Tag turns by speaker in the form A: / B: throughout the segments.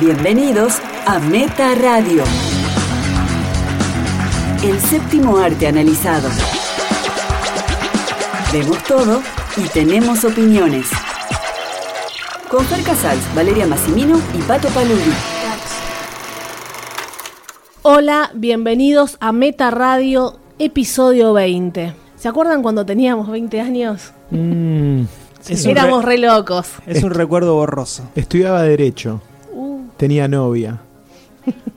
A: Bienvenidos a Meta Radio. El séptimo arte analizado. Vemos todo y tenemos opiniones. Con Fer Casals, Valeria Massimino y Pato Paludi.
B: Hola, bienvenidos a Meta Radio, episodio 20. ¿Se acuerdan cuando teníamos 20 años?
C: Mm,
D: Es un,
B: Éramos re locos.
D: re- es un recuerdo borroso.
C: estudiaba derecho,
B: Uh,
C: tenía novia.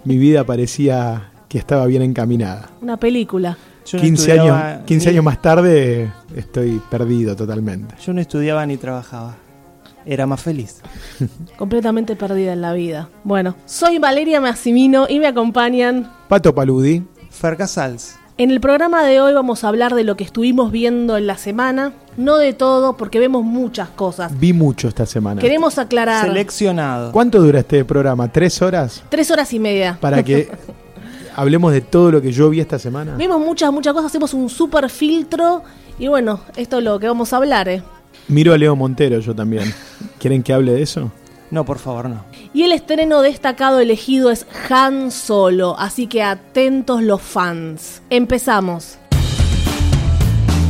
C: Mi vida parecía que estaba bien encaminada.
B: una película.
D: Yo no
C: 15
D: estudiaba
C: años, 15
D: ni-
C: años más tarde estoy perdido totalmente.
D: Yo no estudiaba ni trabajaba. Era más feliz.
B: Completamente perdida en la vida. Bueno, soy Valeria Massimino y me acompañan
C: Pato Paludi,
D: Ferca Sals.
B: En el programa de hoy vamos a hablar de lo que estuvimos viendo en la semana, no de todo, porque vemos muchas cosas.
C: vi mucho esta semana.
B: Queremos aclarar
D: Seleccionado.
C: ¿Cuánto dura este programa? ¿Tres horas?
B: tres horas y media.
C: Para que hablemos de todo lo que yo vi esta semana.
B: Vemos muchas, muchas cosas, hacemos un super filtro y bueno, esto es lo que vamos a hablar. ¿eh?
C: Miro a Leo Montero yo también. ¿Quieren que hable de eso?
D: No, por favor, no.
B: Y el estreno destacado elegido es Han Solo, así que atentos los fans. Empezamos.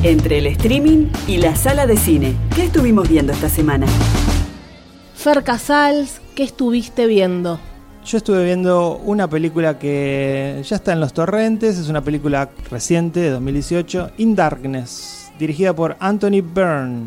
A: Entre el streaming y la sala de cine. ¿Qué estuvimos viendo esta semana?
B: Fer Casals, ¿qué estuviste viendo?
D: Yo estuve viendo una película que ya está en los torrentes. Es una película reciente, de 2018. In Darkness. Dirigida por Anthony Byrne.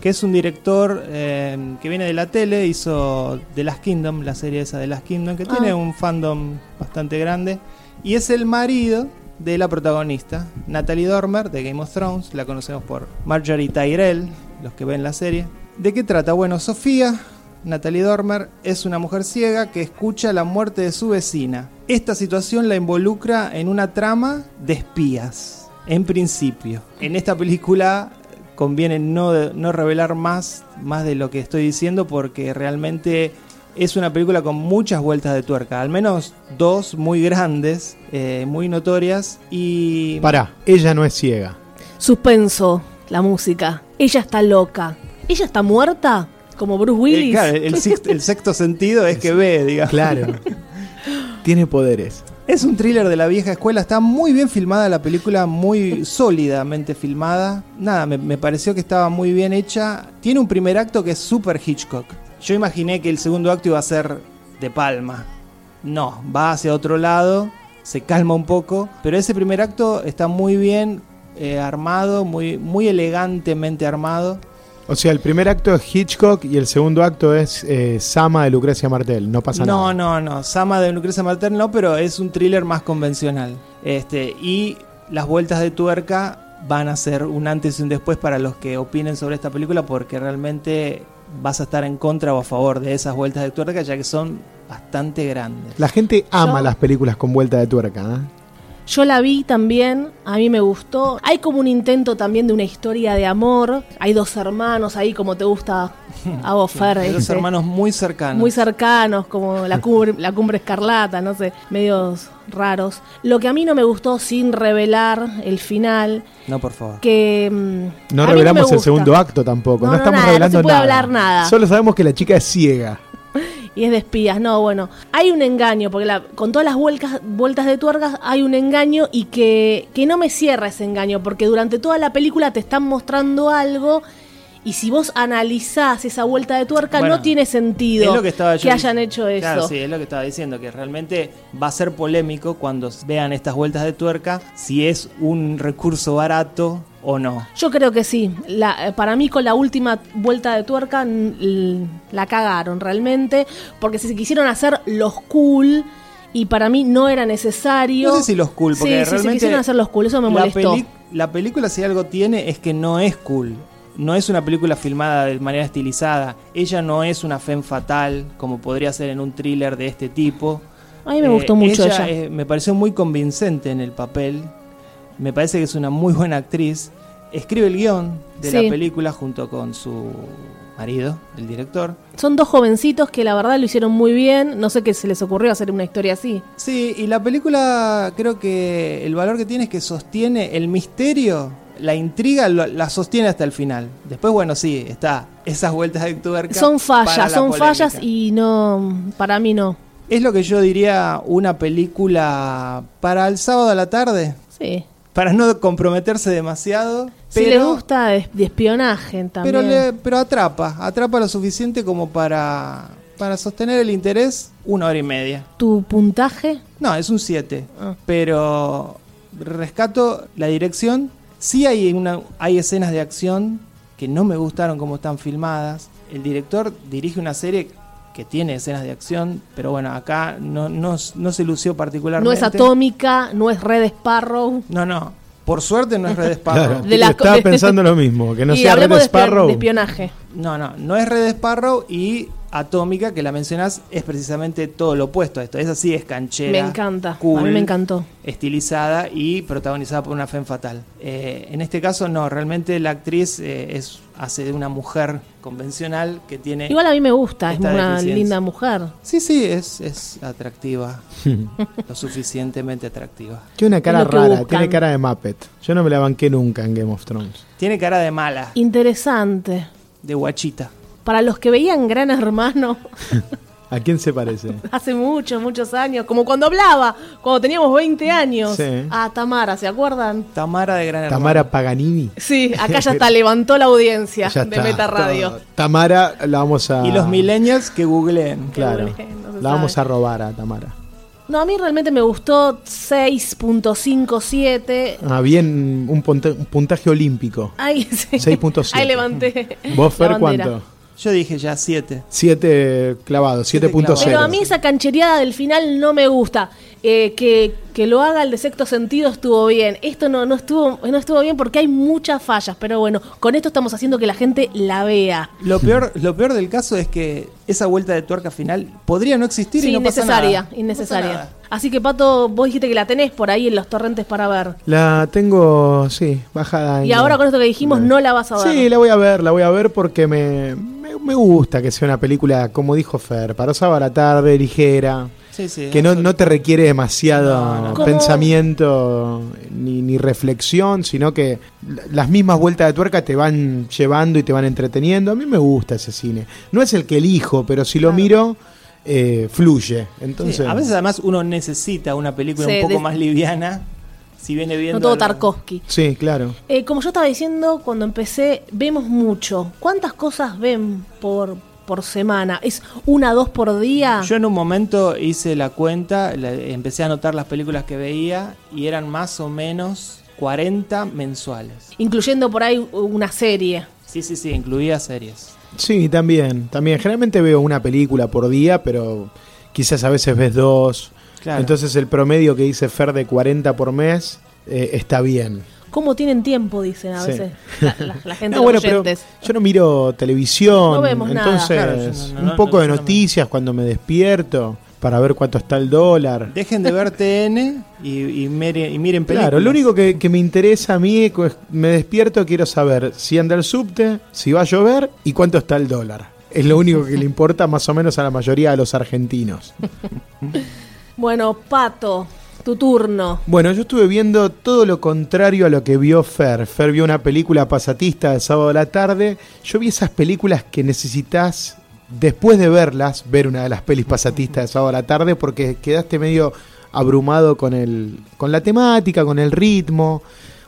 D: Que es un director eh, que viene de la tele. Hizo The Last Kingdom, la serie esa de Last Kingdom. Que
B: Ah.
D: tiene un fandom bastante grande. Y es el marido de la protagonista, Natalie Dormer, de Game of Thrones. La conocemos por Marjorie Tyrell, los que ven la serie. ¿De qué trata? Bueno, Sofía, Natalie Dormer, es una mujer ciega que escucha la muerte de su vecina. Esta situación la involucra en una trama de espías, en principio. En esta película conviene no, no revelar más, más de lo que estoy diciendo porque realmente es una película con muchas vueltas de tuerca, al menos dos muy grandes, eh, muy notorias y...
C: Pará, ella no es ciega.
B: Suspenso, la música. Ella está loca. ¿Ella está muerta? Como Bruce
D: Eh,
B: Willis.
D: claro, el, sexto, el sexto sentido es que ve, digamos.
C: Claro. Tiene poderes.
D: Es un thriller de la vieja escuela, está muy bien filmada la película, muy sólidamente filmada. Nada, me, me pareció que estaba muy bien hecha. Tiene un primer acto que es super Hitchcock. Yo imaginé que el segundo acto iba a ser de palma. No, va hacia otro lado, se calma un poco, pero ese primer acto está muy bien eh, armado, muy, muy elegantemente armado.
C: O sea, el primer acto es Hitchcock y el segundo acto es eh, Sama de Lucrecia Martel. No pasa
D: no,
C: nada.
D: no, no. Sama de Lucrecia Martel no, pero es un thriller más convencional. Este, y las vueltas de tuerca van a ser un antes y un después para los que opinen sobre esta película porque realmente vas a estar en contra o a favor de esas vueltas de tuerca ya que son bastante grandes.
C: La gente ama
B: Yo-
C: las películas con vuelta de tuerca. ¿eh?
B: Yo la vi también, a mí me gustó. Hay como un intento también de una historia de amor. Hay dos hermanos ahí, como te gusta a vos, Fer.
D: De Dos
B: este,
D: hermanos muy cercanos.
B: Muy cercanos, como la cumbre, la cumbre escarlata, no sé, medios raros. Lo que a mí no me gustó, sin revelar el final,
D: No, por favor.
B: que... mm,
C: No
B: a mí me
C: revelamos el
B: gusta.
C: segundo acto tampoco.
B: No,
C: No,
B: no,
C: estamos
B: nada, no
C: revelando
B: se puede
C: nada.
B: hablar nada.
C: Solo sabemos que la chica es ciega.
B: Y es de espías, no, bueno. Hay un engaño, porque la- con todas las vuelcas- vueltas de tuercas hay un engaño y que, que no me cierra ese engaño, porque durante toda la película te están mostrando algo y si vos analizás esa vuelta de tuerca
D: Bueno,
B: no tiene sentido
D: Es lo que estaba yo dic-
B: hayan hecho eso.
D: Claro, sí, es lo que estaba diciendo, que realmente va a ser polémico cuando vean estas vueltas de tuerca si es un recurso barato o no.
B: Yo creo que sí. La- eh, para mí con la última vuelta de tuerca n- l- la cagaron realmente, porque se quisieron hacer los cool y para mí no era necesario.
D: No sé si los cool, porque
B: Sí, sí,
D: realmente
B: se quisieron hacer los cool, eso me
D: la
B: molestó.
D: peli- La, película, si algo tiene, es que no es cool. No es una película filmada de manera estilizada. Ella no es una femme fatal, como podría ser en un thriller de este tipo.
B: A mí me gustó mucho ella.
D: eh, me pareció muy convincente en el papel. Me parece que es una muy buena actriz. Escribe el guión de
B: Sí.
D: la película junto con su marido, el director.
B: Son dos jovencitos que la verdad lo hicieron muy bien. No sé qué se les ocurrió hacer una historia así.
D: Sí, y la película creo que el valor que tiene es que sostiene el misterio la intriga lo- la sostiene hasta el final. Después, bueno, sí, está esas vueltas de tuerca.
B: Son
D: para
B: fallas,
D: la
B: son
D: polémica.
B: fallas y no, para mí no.
D: Es lo que yo diría una película para el sábado a la tarde,
B: Sí.
D: para no comprometerse demasiado.
B: si
D: pero-
B: les gusta de, de espionaje también.
D: Pero, le, pero atrapa, atrapa lo suficiente como para, para sostener el interés una hora y media.
B: Tu puntaje,
D: No, es un 7.
B: Ah.
D: Pero rescato la dirección. Sí hay, una, hay escenas de acción que no me gustaron como están filmadas. El director dirige una serie que tiene escenas de acción, pero bueno, acá no, no, no se lució particularmente.
B: no es atómica, no es Red Sparrow.
D: No, no. Por suerte no es Red Sparrow.
C: Claro,
B: De las
C: estaba
B: co-
C: pensando lo mismo, que no
B: y
C: sea Red
B: hablemos de, espi-
C: Sparrow.
B: de espionaje.
D: No, no, no es Red Sparrow y Atómica, que la mencionás, es precisamente todo lo opuesto a esto. Es así, es canchera.
B: Me encanta, a mí
D: cool,
B: me encantó.
D: Estilizada y protagonizada por una femme fatal. Eh, en este caso, no, realmente la actriz eh, es, hace de una mujer convencional que tiene.
B: Igual a mí me gusta, es
D: Esta
B: una
D: deficiencia.
B: linda mujer.
D: Sí, sí, es, es atractiva. lo suficientemente atractiva.
C: Tiene una cara
B: Es lo que
C: rara,
B: buscan.
C: tiene cara de Muppet. Yo no me la banqué nunca en Game of Thrones.
D: Tiene cara de mala,
B: Interesante.
D: de guachita.
B: Para los que veían Gran Hermano
C: ¿A quién se parece?
B: hace muchos, muchos años, como cuando hablaba, cuando teníamos 20 años,
C: Sí.
B: a Tamara, ¿se acuerdan?
D: Tamara de Gran
C: Tamara
D: Hermano.
C: Paganini.
B: Sí, acá ya está, levantó la audiencia
C: Ya
B: de
C: está.
B: Meta Radio.
C: Tamara la vamos a...
D: Y los millennials que googleen.
C: Claro,
B: Qué bueno, no se
C: la vamos a
B: sabe.
C: robar a Tamara.
B: No, a mí realmente me gustó 6.57.
C: Ah, bien, un, punta- un puntaje olímpico.
B: Ahí sí.
C: 6.7.
B: Ahí levanté.
C: ¿Vos, Fer,
B: la bandera.
C: cuánto?
D: Yo dije ya siete.
C: 7 clavados,
D: Siete
C: 7.0.
B: Pero a mí esa canchereada del final no me gusta. Eh, que, que lo haga el de sexto sentido estuvo bien. Esto no, no, estuvo, no estuvo bien porque hay muchas fallas. Pero bueno, con esto estamos haciendo que la gente la vea.
D: Lo peor, lo peor del caso es que esa vuelta de tuerca final podría no existir
B: Sí,
D: y no pasa nada.
B: innecesaria,
D: No
B: innecesaria.
D: pasa nada.
B: Así que, Pato, vos dijiste que la tenés por ahí en los torrentes para ver.
C: La tengo, sí, bajada. en-
B: Y ahora con esto que dijimos, no la vas a ver.
C: Sí, la voy a ver, la voy a ver porque me, me, me gusta que sea una película, como dijo Fer, para sábado a la tarde, ligera,
D: Sí, sí,
C: que no,
D: absolut-
C: no te requiere demasiado
D: No,
B: no.
C: pensamiento ni, ni reflexión, sino que la- las mismas vueltas de tuerca te van llevando y te van entreteniendo. A mí me gusta ese cine. No es el que elijo, pero si lo miro, eh, fluye.
D: Sí,
C: Entonces,
D: a veces además uno necesita una película
B: Sí,
D: un poco
B: de-
D: más liviana. Si viene viendo
B: no todo
D: algo-
B: Tarkovsky.
C: Sí, claro.
B: Eh, como yo estaba diciendo cuando empecé, vemos mucho. ¿Cuántas cosas ven por, por semana? ¿Es una, dos por día?
D: Yo en un momento hice la cuenta, la- empecé a anotar las películas que veía y eran más o menos 40 mensuales.
B: Incluyendo por ahí una serie.
D: Sí, sí, sí, incluía series.
C: Sí, también, también. Generalmente veo una película por día, pero quizás a veces ves dos.
D: Claro.
C: Entonces el promedio que dice Fer de 40 por mes eh, está bien.
B: ¿Cómo tienen tiempo? Dicen a
C: Sí.
B: veces la, la- la gente,
C: No,
B: los
C: bueno, pero
B: oyentes.
C: yo no miro televisión,
B: No vemos nada.
C: entonces
D: Claro, yo no- no-
C: un poco
D: no-
C: de
D: no-
C: noticias cuando me despierto para ver cuánto está el dólar.
D: Dejen de ver TN y, y miren, y miren películas.
C: Claro, lo único que, que me interesa a mí es que me despierto, quiero saber si anda el subte, si va a llover y cuánto está el dólar. Es lo único que le importa más o menos a la mayoría de los argentinos.
B: Bueno, Pato, tu turno.
C: Bueno, yo estuve viendo todo lo contrario a lo que vio Fer. Fer vio una película pasatista de sábado a la tarde. Yo vi esas películas que necesitas, después de verlas, ver una de las pelis pasatistas de sábado a la tarde porque quedaste medio abrumado con, el, con la temática, con el ritmo.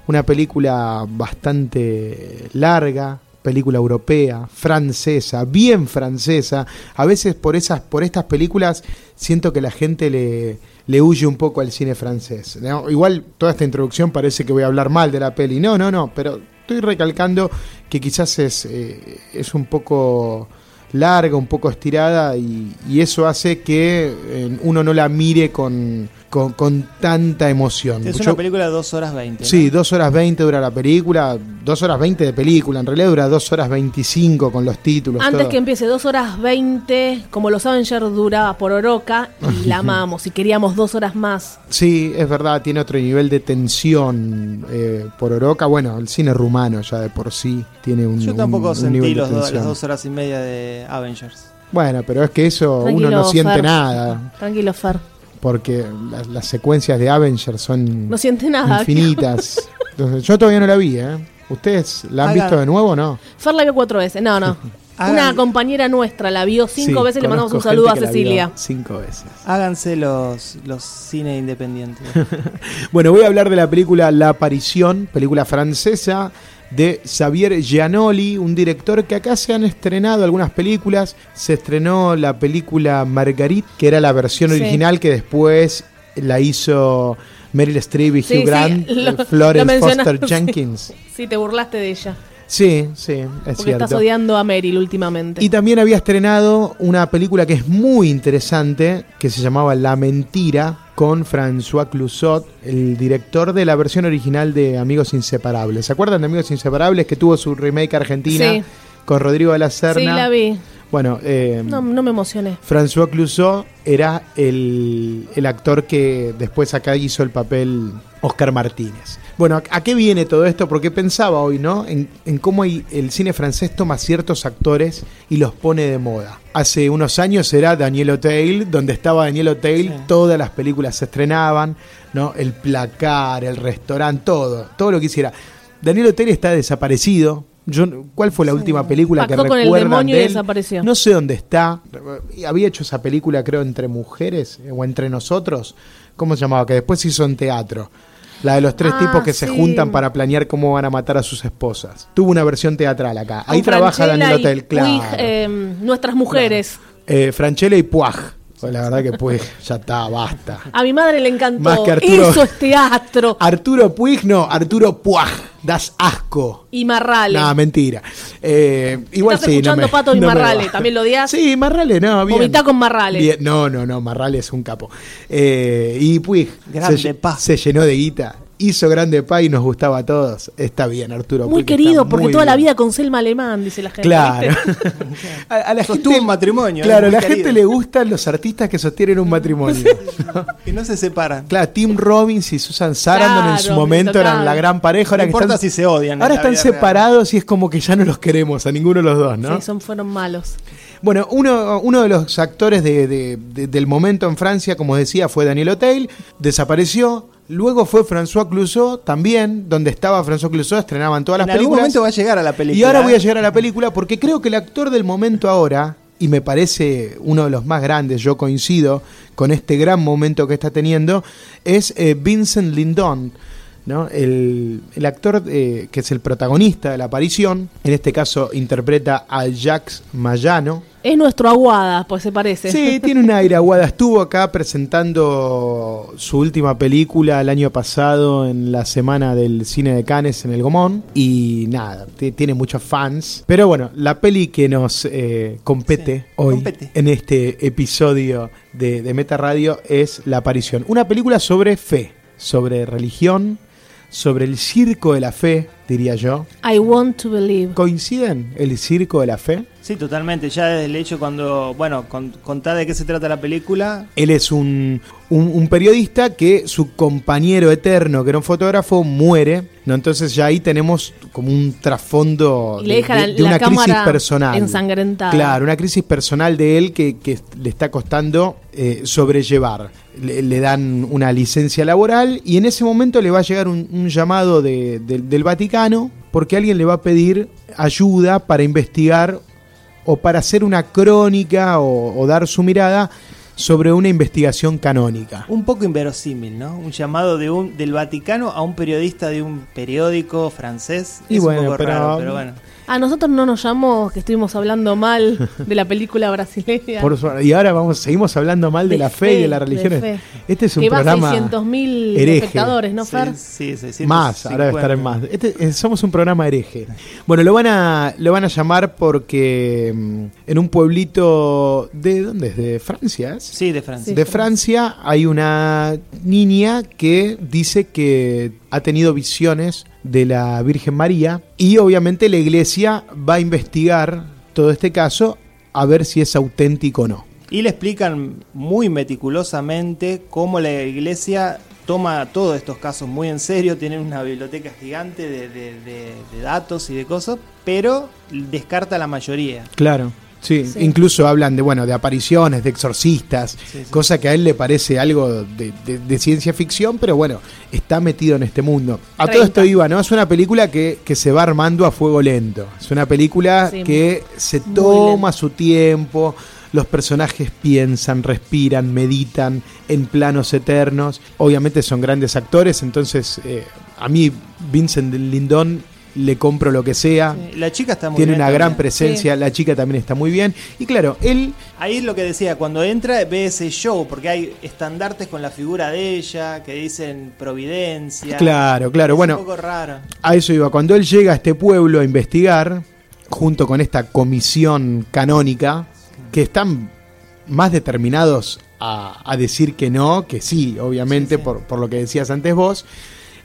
C: Una película bastante larga, película europea, francesa, bien francesa. A veces por esas, por estas películas siento que la gente le, le huye un poco al cine francés. ¿no? Igual toda esta introducción parece que voy a hablar mal de la peli. No, no, no, pero estoy recalcando que quizás es, eh, es un poco larga, un poco estirada y, y eso hace que eh, uno no la mire con, con- con tanta emoción.
D: Es
C: Yo-
D: una película de 2 horas 20. ¿no?
C: Sí, dos horas 20 dura la película, dos horas 20 de película, en realidad dura dos horas 25 con los títulos.
B: Antes
C: todo.
B: que empiece, dos horas 20, como los Avengers duraba por Oroca y la amamos y queríamos dos horas más.
C: Sí, es verdad, tiene otro nivel de tensión eh, por Oroca. Bueno, el cine rumano ya de por sí tiene un,
D: Yo tampoco
C: un- un
D: sentí
C: nivel de
D: los do-
C: tensión.
D: las dos horas y media de Avengers.
C: Bueno, pero es que eso
B: Tranquilo,
C: uno no siente
B: Fer.
C: nada,
B: Tranquilo, Fer.
C: porque las, las secuencias de Avengers son
B: No siente nada.
C: infinitas. Entonces, yo todavía no la vi, ¿eh? ¿Ustedes la han
D: Hagan-
C: visto de nuevo o no?
B: Fer la vio cuatro veces. No, no.
D: Hagan-
B: Una compañera nuestra la vio cinco
C: Ah, Sí,
B: veces. Le mandamos un
C: conozco
B: saludo a
C: gente que la vio
B: Cecilia.
C: Cinco veces.
D: Háganse los, los cine independientes.
C: Bueno, voy a hablar de la película La Aparición, película francesa de Xavier Gianoli, un director que acá se han estrenado algunas películas. Se estrenó la película Marguerite, que era la versión
B: Sí.
C: original que después la hizo Meryl Streep y
B: Sí, sí,
C: Hugh Grant,
B: lo-
C: eh,
B: lo
C: Florence
B: mencionaste,
C: Foster
B: sí.
C: Jenkins.
B: Sí, te burlaste de ella.
C: Sí, sí, es
B: Porque estás
C: cierto.
B: odiando a Meryl últimamente.
C: Y también había estrenado una película que es muy interesante, que se llamaba La Mentira, con François Clusot, el director de la versión original de Amigos Inseparables. ¿Se acuerdan de Amigos Inseparables que tuvo su remake argentina
B: Sí.
C: con Rodrigo de la Serna?
B: sí, la vi.
C: Bueno, eh,
B: No, no me emocioné.
C: François Clouseau era el, el actor que después acá hizo el papel Oscar Martínez. Bueno, ¿a, a qué viene todo esto? Porque pensaba hoy, ¿no? En, en cómo el, el cine francés toma ciertos actores y los pone de moda. Hace unos años era Daniel O'Teil, donde estaba Daniel O'Teil,
D: Sí.
C: todas las películas se estrenaban, ¿no? El placar, el restaurante, todo, todo lo que hiciera. Daniel O'Teil está desaparecido. Yo, no- ¿Cuál fue la última película que
B: Pactó Ah, con el
C: recuerdan
B: demonio y
C: de él?
B: desapareció.
C: No no sé dónde está. Había hecho esa película, creo, entre mujeres eh, o entre nosotros. ¿Cómo se llamaba? Que después se hizo en teatro. La de los tres
B: Ah,
C: tipos que se
B: sí.
C: juntan para planear cómo van a matar a sus esposas. Tuvo una versión teatral acá. Ahí
B: Con
C: trabaja
B: Franchella
C: Daniel
B: y
C: Hotel, claro.
B: Puig, eh, nuestras mujeres.
C: Eh, Franchella y Puaj. Pues la verdad que Puig, ya está, basta.
B: A mi madre le
C: Más
B: encantó.
C: que Ah. Arturo.
B: Eso este es teatro.
C: Arturo Puig, no, Arturo Puaj. Das asco.
B: y Marrale.
C: Nada, mentira. Eh, igual
B: Estás
C: sí, no
B: escuchando
C: me-
B: Pato y
C: no me
B: Marrale,
C: va.
B: ¿también lo odias?
C: Sí, Marrale, no, bien.
B: Vomitá con Marrale.
C: Bien, No, no, no, Marrale es un capo. Eh, y Puig
D: Grande
C: se, lle-
D: pa.
C: se llenó de guita. Hizo grande pa y nos gustaba a todos. Está bien, Arturo.
B: muy
C: Puig, está
B: querido, porque
C: muy
B: toda la
C: bien.
B: vida con Selma Alemán, dice la gente.
C: Claro.
B: ¿viste?
C: a, a la
D: Sostuvo un matrimonio,
C: Claro, a
D: es muy
C: la gente
D: querido.
C: le gustan los artistas que sostienen un matrimonio.
D: que no se separan.
C: Claro, Tim Robbins y Susan Sarandon en su
B: Claro,
C: momento eran
B: intocable.
C: la gran pareja. Ahora
D: No
C: que
D: importa
C: están-
D: si se odian. en
C: Ahora
D: la
C: están
D: vida real.
C: separados y es como que ya no los queremos a ninguno de los dos, ¿no?
B: Sí, son, fueron malos.
C: Bueno, uno, uno de los actores de- de- de- del momento en Francia, como decía, fue Daniel O'Teil, desapareció. Luego fue François Clouseau también, donde estaba François Clouseau, estrenaban todas
D: En
C: las
D: algún
C: películas.
D: momento va a llegar a la película.
C: y ahora voy a
D: ¿eh?
C: llegar a la película porque creo que el actor del momento ahora, y me parece uno de los más grandes, yo coincido con este gran momento que está teniendo, es eh, Vincent Lindon. ¿no? El, el actor eh, que es el protagonista de la aparición, en este caso interpreta a Jax Mayano,
B: Es nuestro Aguada, pues se parece.
C: Sí, tiene una aire aguada. Estuvo acá presentando su última película el año pasado en la semana del cine de Cannes en el Gomón. Y nada, t- tiene muchos fans. Pero bueno, la peli que nos eh, compete
D: Sí,
C: hoy
D: compete.
C: en este episodio de, de Meta Radio es La Aparición. Una película sobre fe, sobre religión, sobre el circo de la fe, diría yo.
B: I want to believe.
C: ¿Coinciden el circo de la fe?
D: Sí, totalmente. Ya desde el hecho cuando, bueno, con, contá de qué se trata la película.
C: Él es un, un- un periodista que su compañero eterno, que era un fotógrafo, muere. ¿no? Entonces ya ahí tenemos como un trasfondo
B: Y le deja la- la
C: una crisis
B: cámara
C: personal.
B: ensangrentada.
C: Claro, una crisis personal de él que, que le está costando eh, sobrellevar. Le, le dan una licencia laboral y en ese momento le va a llegar un, un llamado de- de- del Vaticano porque alguien le va a pedir ayuda para investigar o para hacer una crónica o, o dar su mirada sobre una investigación canónica.
D: Un poco inverosímil, ¿no? Un llamado de un, del Vaticano a un periodista de un periódico francés.
C: Y
D: es
C: bueno,
D: un poco
C: pero-
D: raro, pero bueno.
B: A nosotros no nos llamó, que estuvimos hablando mal de la película brasileña.
C: Por su- y ahora vamos, seguimos hablando mal de,
B: De
C: la fe, y de
B: fe,
C: las
B: de
C: religiones.
B: fe.
C: Este es un
B: que va a
C: programa
B: 600.000
C: hereje.
B: espectadores, ¿no, Fer?
D: Sí, sí,
C: Más,
D: 650.
C: ahora debe estar en más. Este- eh, somos un programa hereje. Bueno, lo van a, lo van a llamar porque mm, en un pueblito de dónde es, de Francia, ¿es?
D: Sí, de Francia.
C: de Francia hay una niña que dice que ha tenido visiones de la Virgen María y obviamente la iglesia va a investigar todo este caso a ver si es auténtico o no.
D: Y le explican muy meticulosamente cómo la iglesia toma todos estos casos muy en serio, tienen una biblioteca gigante de, de- de- de datos y de cosas, pero descarta la mayoría.
C: Claro. Sí,
B: Sí.
C: incluso hablan de bueno de apariciones, de exorcistas,
D: Sí, sí.
C: cosa que a él le parece algo de, de- de ciencia ficción, pero bueno, está metido en este mundo. A todo
B: 30.
C: esto iba, ¿no? Es una película que, que se va armando a fuego lento. Es una película
B: Sí,
C: que se
B: muy
C: toma
B: lento.
C: su tiempo, los personajes piensan, respiran, meditan en planos eternos. Obviamente son grandes actores, entonces eh, a mí Vincent Lindón le compro lo que sea.
D: Sí, La chica está muy
C: Tiene
D: bien
C: una gran
D: también.
C: presencia, la chica también está muy bien. Y claro, él
D: Ahí es lo que decía, cuando entra ve ese show, porque hay estandartes con la figura de ella, que dicen Providencia.
C: Claro, claro.
D: Es
C: Bueno.
D: Un poco raro.
C: A eso iba. Cuando él llega a este pueblo a investigar, junto con esta comisión canónica, que están más determinados a, a decir que no, que sí, obviamente,
D: Sí, sí.
C: Por, por lo que decías antes vos,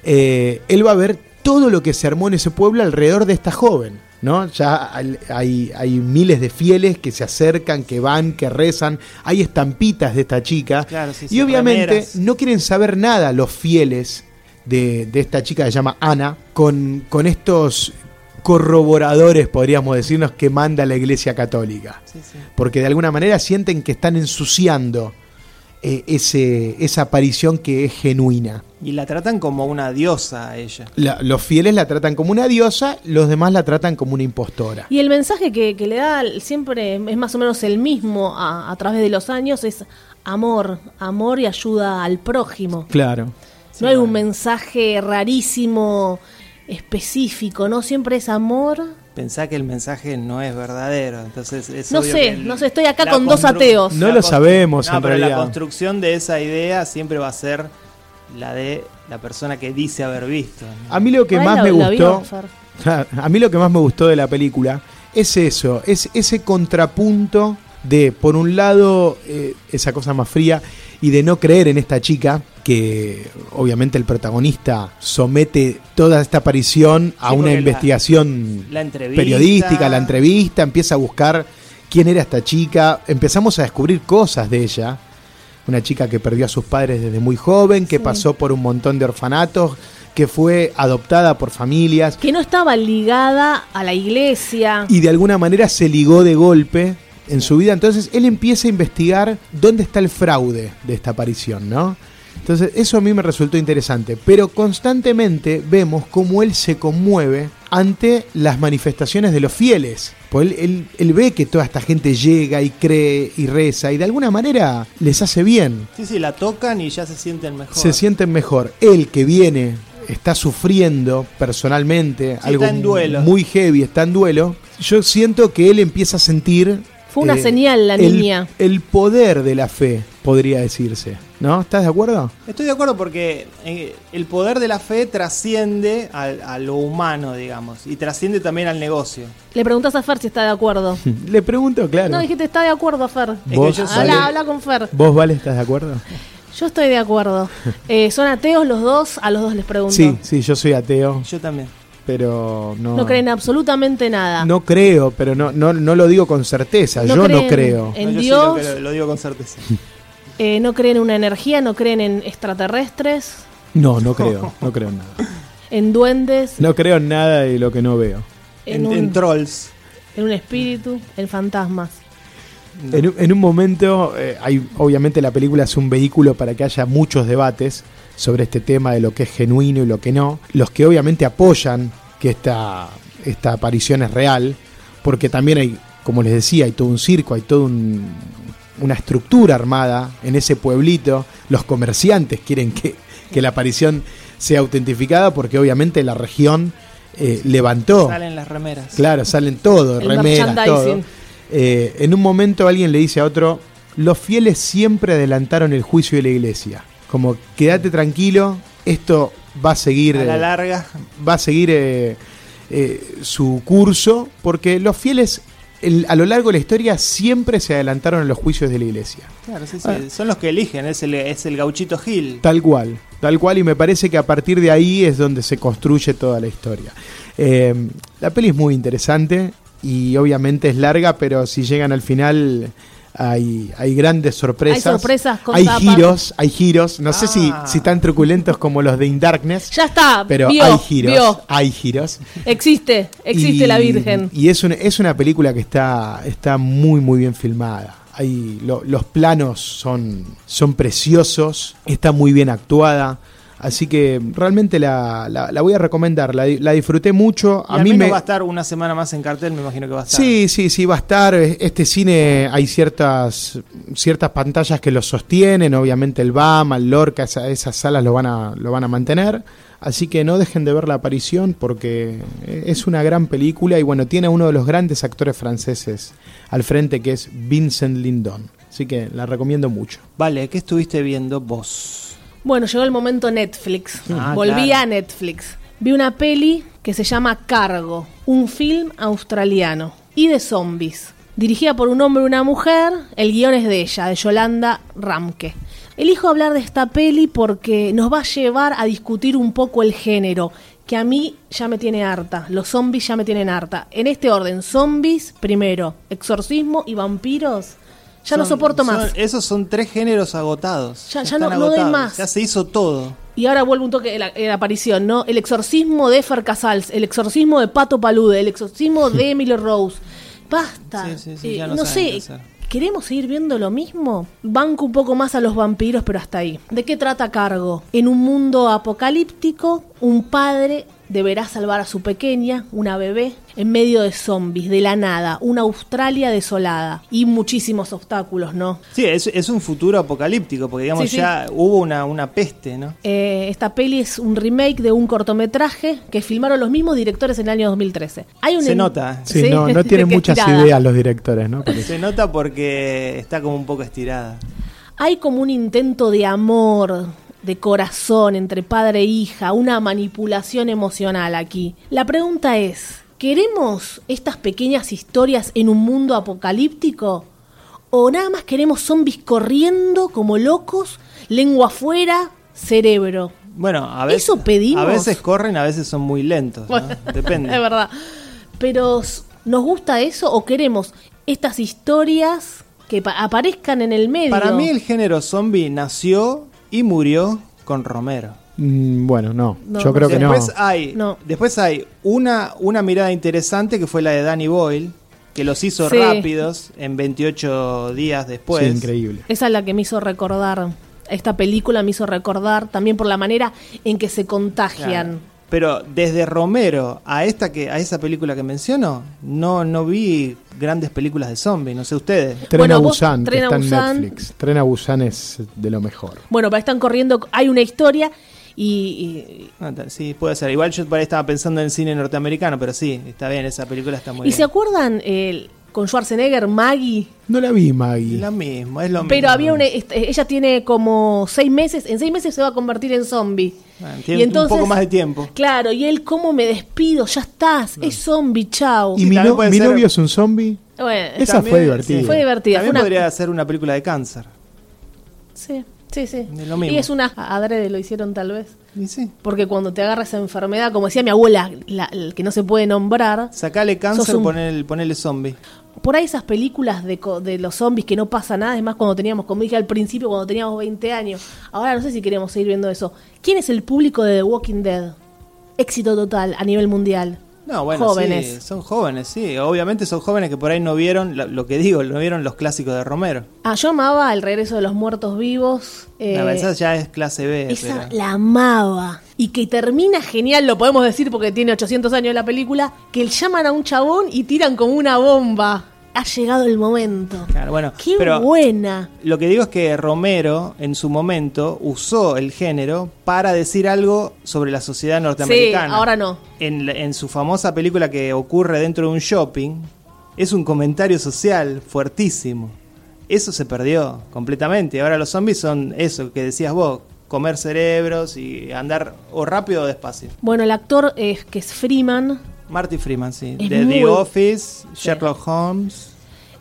C: eh, él va a ver todo lo que se armó en ese pueblo alrededor de esta joven. ¿No? Ya al- hay, hay miles de fieles que se acercan, que van, que rezan. Hay estampitas de esta chica.
D: Claro, sí, sí,
C: y obviamente
D: remeras.
C: no quieren saber nada los fieles de, de esta chica que se llama Ana, con, con estos corroboradores, podríamos decirnos, que manda la Iglesia Católica.
D: Sí, sí.
C: Porque de alguna manera sienten que están ensuciando eh, ese, esa aparición que es genuina.
D: Y la tratan como una diosa a ella.
C: La- los fieles la tratan como una diosa, los demás la tratan como una impostora.
B: Y el mensaje que, que le da siempre es más o menos el mismo a, a través de los años, es amor, amor y ayuda al prójimo.
C: Claro.
B: no hay un mensaje rarísimo, específico, ¿no? Siempre es amor.
D: Pensá que el mensaje no es verdadero. Entonces es
B: No
D: obvio
B: sé,
D: que el-
B: no sé, estoy acá
D: la
B: con dos
D: constru-
B: ateos.
C: No
D: la
C: lo
D: constru-
C: sabemos,
D: No,
C: en
D: pero
C: realidad.
D: La construcción de esa idea siempre va a ser la de la persona que dice haber visto. ¿no?
C: A mí lo que
B: Ay,
C: más
B: la-
C: me
B: la
C: gustó.
B: vio, Fer.
C: A mí lo que más me gustó de la película es eso, es ese contrapunto de, por un lado, eh, esa cosa más fría y de no creer en esta chica, que obviamente el protagonista somete toda esta aparición a
D: Sí,
C: una
D: porque la-
C: investigación
D: la entrevista.
C: periodística, la entrevista, empieza a buscar quién era esta chica, empezamos a descubrir cosas de ella. Una chica que perdió a sus padres desde muy joven, que
B: Sí.
C: pasó por un montón de orfanatos, que fue adoptada por familias,
B: Que no estaba ligada a la iglesia.
C: y de alguna manera se ligó de golpe en su vida. Entonces él empieza a investigar dónde está el fraude de esta aparición, ¿no? Entonces eso a mí me resultó interesante, pero constantemente vemos cómo él se conmueve ante las manifestaciones de los fieles. Pues él, él- él ve que toda esta gente llega y cree y reza y de alguna manera les hace bien,
D: Sí, sí, la tocan y ya se sienten mejor.
C: se sienten mejor. Él que viene está sufriendo personalmente algo
D: está en duelo.
C: muy heavy, está en duelo. Yo siento que él empieza a sentir eh,
B: Fue una señal la
C: el-
B: niña.
C: El, poder de la fe, podría decirse. ¿No? ¿Estás de acuerdo?
D: Estoy de acuerdo porque eh, el poder de la fe trasciende al- a, lo humano, digamos, y trasciende también al negocio.
B: Le preguntas a Fer si está de acuerdo.
C: Le pregunto, claro.
B: No, dijiste, está de acuerdo, Fer.
D: que
C: ¿Vos,
D: yo soy-
C: vale,
B: Habla, habla con Fer.
C: ¿Vos, Vale, estás de acuerdo?
B: Yo estoy de acuerdo. Eh, ¿Son ateos los dos? A los dos les pregunto.
C: Sí, sí, yo soy ateo,
D: Yo también.
C: pero no.
B: No creen absolutamente nada.
C: No creo, pero no, no, no lo digo con certeza.
B: No
C: yo
B: creen
C: no creo.
B: En
D: No, yo sí
B: Dios.
D: lo- lo, lo digo con certeza.
B: Eh, no creen en una energía, no creen en extraterrestres,
C: No, no creo. No creo en nada.
B: en duendes,
C: No creo en nada de lo que no veo.
B: en,
D: En,
B: un,
D: en trolls.
B: en un espíritu, en fantasmas.
C: En, un- en un momento, eh, hay, obviamente la película es un vehículo para que haya muchos debates sobre este tema de lo que es genuino y lo que no. Los que obviamente apoyan que esta, esta aparición es real, porque también hay, como les decía, hay todo un circo, hay toda una estructura armada en ese pueblito. Los comerciantes quieren que, que la aparición sea autentificada porque obviamente la región eh, levantó.
D: Salen las remeras.
C: Claro, salen todo,
B: El
C: remeras,
B: merchandising.
C: todo. Eh, en un momento alguien le dice a otro, los fieles siempre adelantaron el juicio de la iglesia. Como, quédate tranquilo, esto va a seguir,
D: A la
C: eh,
D: larga.
C: va a seguir eh, eh, su curso, porque los fieles el- a lo largo de la historia siempre se adelantaron a los juicios de la iglesia.
D: Claro, sí, sí.
C: Ah.
D: Son los que eligen, es el, es el gauchito Gil.
C: Tal cual, tal cual, y me parece que a partir de ahí es donde se construye toda la historia. Eh, la peli es muy interesante y obviamente es larga, pero si llegan al final Hay, hay grandes sorpresas.
B: Hay sorpresas con
C: Hay
B: tapas.
C: giros, hay giros. No sé si,
D: Ah.
C: si tan truculentos como los de In Darkness.
B: Ya está,
C: Pero
B: vio,
C: hay giros,
B: vio.
C: hay giros.
B: Existe, existe
C: Y-
B: la Virgen.
C: Y es una, es una película que está, está muy, muy bien filmada. Hay, lo- los planos son, son preciosos, está muy bien actuada. Así que realmente la, la- la voy a recomendar. La, di- la disfruté mucho.
D: Y
C: A
D: al
C: mí
D: menos
C: me.
D: va a estar una semana más en cartel, me imagino que va a estar.
C: Sí, sí, sí, va a estar. Este cine hay ciertas, ciertas pantallas que lo sostienen. Obviamente el BAM, el Lorca, esa- esas salas lo van, a, lo van a mantener. Así que no dejen de ver la aparición porque es una gran película y bueno, tiene a uno de los grandes actores franceses al frente que es Vincent Lindon. Así que la recomiendo mucho.
D: Vale, ¿qué estuviste viendo vos?
B: Bueno, llegó el momento Netflix.
D: Ah,
B: Volví
D: claro.
B: a Netflix. Vi una peli que se llama Cargo, un film australiano y de zombies. Dirigida por un hombre y una mujer, el guión es de ella, de Yolanda Ramke. Elijo hablar de esta peli porque nos va a llevar a discutir un poco el género, que a mí ya me tiene harta, los zombies ya me tienen harta. En este orden, zombies primero, exorcismo y vampiros, ya no
D: Son-
B: soporto
D: son-
B: más.
D: esos son tres géneros agotados.
B: Ya- ya no-
D: están
B: no doy
D: agotados.
B: más.
D: Ya se hizo todo.
B: Y ahora vuelve un toque de la, de la aparición, ¿no? El exorcismo de Fer Casals, el exorcismo de Pato Palude, el exorcismo de Emily Rose. Basta.
D: Sí, sí, sí,
B: Eh,
D: ya no
B: no
D: saben
B: sé,
D: qué hacer.
B: ¿queremos seguir viendo lo mismo? Banco un poco más a los vampiros, pero hasta ahí. ¿De qué trata Cargo? En un mundo apocalíptico, un padre deberá salvar a su pequeña, una bebé, en medio de zombies, de la nada, una Australia desolada y muchísimos obstáculos, ¿no?
D: Sí, es, es un futuro apocalíptico, porque digamos
B: Sí, sí.
D: ya hubo una, una peste, ¿no?
B: Eh, esta peli es un remake de un cortometraje que filmaron los mismos directores en el año 2013. Hay un
D: Se nota.
C: Sí, no, no tienen
B: que
C: muchas
B: estirada.
C: ideas los directores, ¿no? Parece.
D: Se nota porque está como un poco estirada.
B: Hay como un intento de amor, de corazón entre padre e hija, una manipulación emocional aquí. La pregunta es, ¿queremos estas pequeñas historias en un mundo apocalíptico? ¿O nada más queremos zombies corriendo como locos, lengua afuera, cerebro?
D: Bueno, a veces,
B: Eso pedimos.
D: a veces corren, a veces son muy lentos. ¿no?
B: Es
D: Depende.
B: verdad. Pero s- ¿nos gusta eso o queremos estas historias que pa- aparezcan en el medio?
D: Para mí el género zombie nació y murió con Romero.
C: Mm, bueno, no,
B: No,
C: yo creo que no.
D: después ah, hay,
B: No.
D: después hay una, una mirada interesante que fue la de Danny Boyle, que los hizo
B: Sí.
D: rápidos en 28 días después.
C: Sí, increíble.
B: Esa es la que me hizo recordar. Esta película me hizo recordar también por la manera en que se
D: Claro.
B: contagian.
D: Pero desde Romero a esta que a esa película que menciono, no no vi grandes películas de zombie, no sé ustedes.
C: Tren
B: Bueno,
C: a
B: vos-
C: Busan, que
B: Tren a
C: está
B: Busan.
C: en Netflix. Tren a Busan es de lo mejor.
B: Bueno, pero están corriendo, hay una historia y,
D: Ah, ta- Sí, puede ser. Igual yo por ahí estaba pensando en cine norteamericano, pero sí, está bien, esa película está
B: y,
D: muy
B: y
D: bien.
B: se acuerdan el, con Schwarzenegger, Maggie,
C: No la vi, Maggie.
D: lo mismo, es lo mismo.
B: Pero había una, este, ella tiene como seis meses, en seis meses se va a convertir en zombie.
D: Ah, tiene un poco más de tiempo.
B: Claro, y él, ¿cómo me despido? Ya estás, es zombie, chao.
C: ¿Y
D: Sí,
C: mi,
D: también
C: no-
D: puede
C: mi
D: ser-
C: novio es un zombie?
B: Bueno,
C: Esa
D: También,
C: fue divertida.
D: sí.
B: Fue divertida,
D: También
B: fue una-
D: podría ser una película de cáncer.
B: sí, sí, sí.
D: Es lo mismo.
B: Y es una adrede, lo hicieron tal vez.
D: Y sí.
B: Porque cuando te agarra esa enfermedad, como decía mi abuela, la, la que no se puede nombrar,
D: Sacale cáncer,
B: Sos un-
D: ponele, ponele zombie.
B: por ahí esas películas de, co- de los zombies que no pasa nada, es más cuando teníamos, como dije al principio, cuando teníamos 20 años. Ahora no sé si queremos seguir viendo eso. ¿Quién es el público de The Walking Dead? Éxito total a nivel mundial.
D: No, bueno,
B: Jóvenes.
D: sí, son jóvenes, sí. Obviamente son jóvenes que por ahí no vieron, la- lo que digo, no vieron los clásicos de Romero.
B: Ah, yo amaba El regreso de los muertos vivos. eh,
D: la verdad ya es clase B.
B: esa
D: pero-
B: la amaba. Y que termina genial, lo podemos decir porque tiene 800 años la película, que llaman a un chabón y tiran como una bomba. Ha llegado el momento.
D: Claro, bueno,
B: ¡Qué
D: pero
B: buena!
D: lo que digo es que Romero en su momento usó el género para decir algo sobre la sociedad norteamericana.
B: Sí, ahora no.
D: En, la- en su famosa película que ocurre dentro de un shopping, es un comentario social fuertísimo. Eso se perdió completamente. Ahora los zombies son eso que decías vos, comer cerebros y andar o rápido o despacio.
B: Bueno, el actor es que es Freeman,
D: Marty Freeman, sí.
B: Es
D: De
B: muy-
D: The Office, Sherlock Holmes.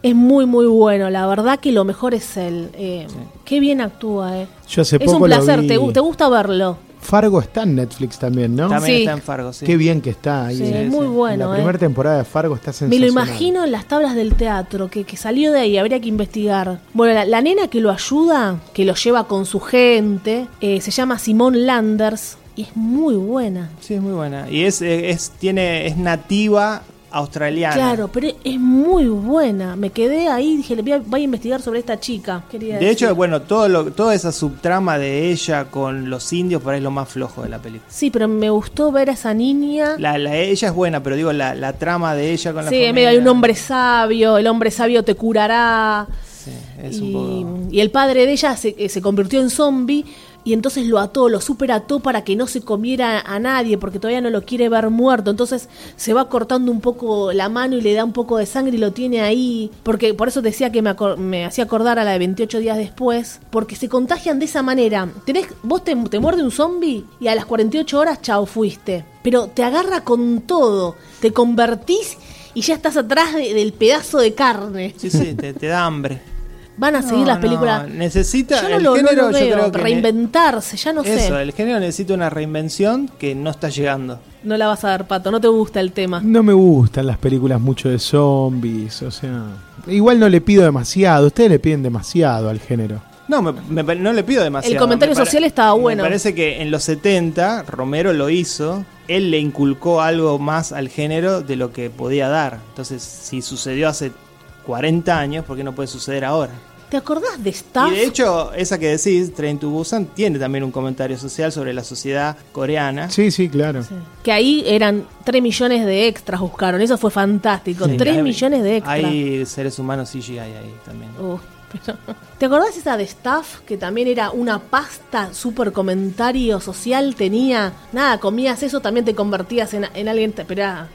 B: es muy, muy bueno. La verdad que lo mejor es él. Eh, Qué bien actúa, eh.
C: Yo hace
B: es
C: poco
B: un
C: lo
B: placer,
C: vi-
B: te, gu- te gusta verlo.
C: Fargo está en Netflix también, ¿no?
D: También
B: Sí.
D: está en Fargo, sí.
C: Qué bien que está ahí.
B: Sí,
D: sí,
B: muy
D: sí.
B: bueno.
C: la
B: eh.
C: primera temporada de Fargo
B: Me
C: está
B: lo
C: sensacional.
B: imagino en las tablas del teatro, que, que salió de ahí, habría que investigar. Bueno, la, la nena que lo ayuda, que lo lleva con su gente, eh, se llama Simone Landers y es muy buena.
D: Sí, es muy buena. Y es, eh, es, tiene, es nativa australiana.
B: Claro, pero es muy buena. Me quedé ahí y dije, le voy a, voy a investigar sobre esta chica. Quería
D: De
B: decir.
D: hecho, bueno, todo lo, toda esa subtrama de ella con los indios por ahí es lo más flojo de la película.
B: Sí, pero me gustó ver a esa niña.
D: La, la- ella es buena, pero digo, la, la trama de ella con la
B: Ah. sí, en
D: familia-
B: medio hay un hombre sabio, el hombre sabio te curará.
D: Sí, es
B: y, mm.
D: un poco...
B: y el padre de ella se, eh, se convirtió en zombie y entonces lo ató, lo superató para que no se comiera a nadie porque todavía no lo quiere ver muerto. Entonces se va cortando un poco la mano y le da un poco de sangre y lo tiene ahí. Porque por eso decía que me, acor- me hacía acordar a la de 28 días después. Porque se contagian de esa manera. Tenés, vos te, te muerde un zombie y a las 48 horas chao fuiste. Pero te agarra con todo. Te convertís y ya estás atrás de- del pedazo de carne.
D: Sí, sí, te, te da hambre.
B: Van a seguir
D: No,
B: las
D: no,
B: películas.
D: Necesita
B: Yo no
D: el
B: lo, no
D: género,
B: lo
D: yo
B: veo,
D: creo que ne-
B: reinventarse, ya no
D: Eso,
B: sé.
D: el género necesita una reinvención que no está llegando.
B: No la vas a dar, Pato, no te gusta el tema.
C: No me gustan las películas mucho de zombies, o sea... Igual no le pido demasiado, ustedes le piden demasiado al género.
D: No, me- me pa- no le pido demasiado.
B: El comentario
D: Me pare-
B: social estaba bueno.
D: Me parece que en los 70 Romero lo hizo. Él le inculcó algo más al género de lo que podía dar. Entonces, si sucedió hace 40 años, ¿por qué no puede suceder ahora?
B: ¿Te acordás de Staff?
D: Y de hecho, esa que decís, Train to Busan, tiene también un comentario social sobre la sociedad coreana.
C: Sí, sí, claro.
B: Sí. Que ahí eran 3 millones de extras buscaron, eso fue fantástico, 3
D: Hay-
B: millones de extras.
D: Hay seres humanos CGI ahí también.
B: Uh, pero- ¿Te acordás esa de Staff que también era una pasta súper comentario social? Tenía, nada, comías eso, también te convertías en, en alguien, te- pero era-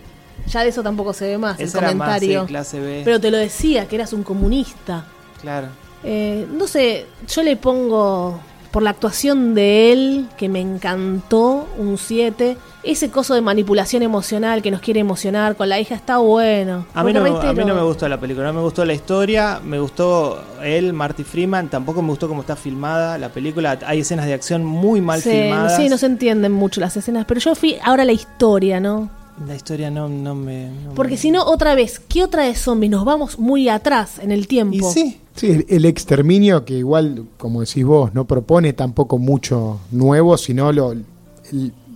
B: ya de eso tampoco se ve más,
D: Esa
B: el
D: era más sí,
B: comentario.
D: clase B.
B: Pero te lo decía, que eras un comunista.
D: claro.
B: Eh, no sé, yo le pongo por la actuación de él, que me encantó, un 7. Ese coso de manipulación emocional que nos quiere emocionar con la hija está bueno.
D: A mí,
B: Porque
D: no me, a
B: reitero,
D: mí no me gustó la película, no me gustó la historia, me gustó él, Marty Freeman, tampoco me gustó cómo está filmada la película. Hay escenas de acción muy mal
B: se-
D: filmadas.
B: Sí, no se entienden mucho las escenas, pero yo fui ahora a la historia, ¿no?
D: La historia no, no me. no
B: Porque
D: me-
B: si no, otra vez, ¿qué otra de zombies? Nos vamos muy atrás en el tiempo.
D: Y sí,
C: Sí, el, el exterminio que igual, como decís vos, no propone tampoco mucho nuevo, sino lo, el-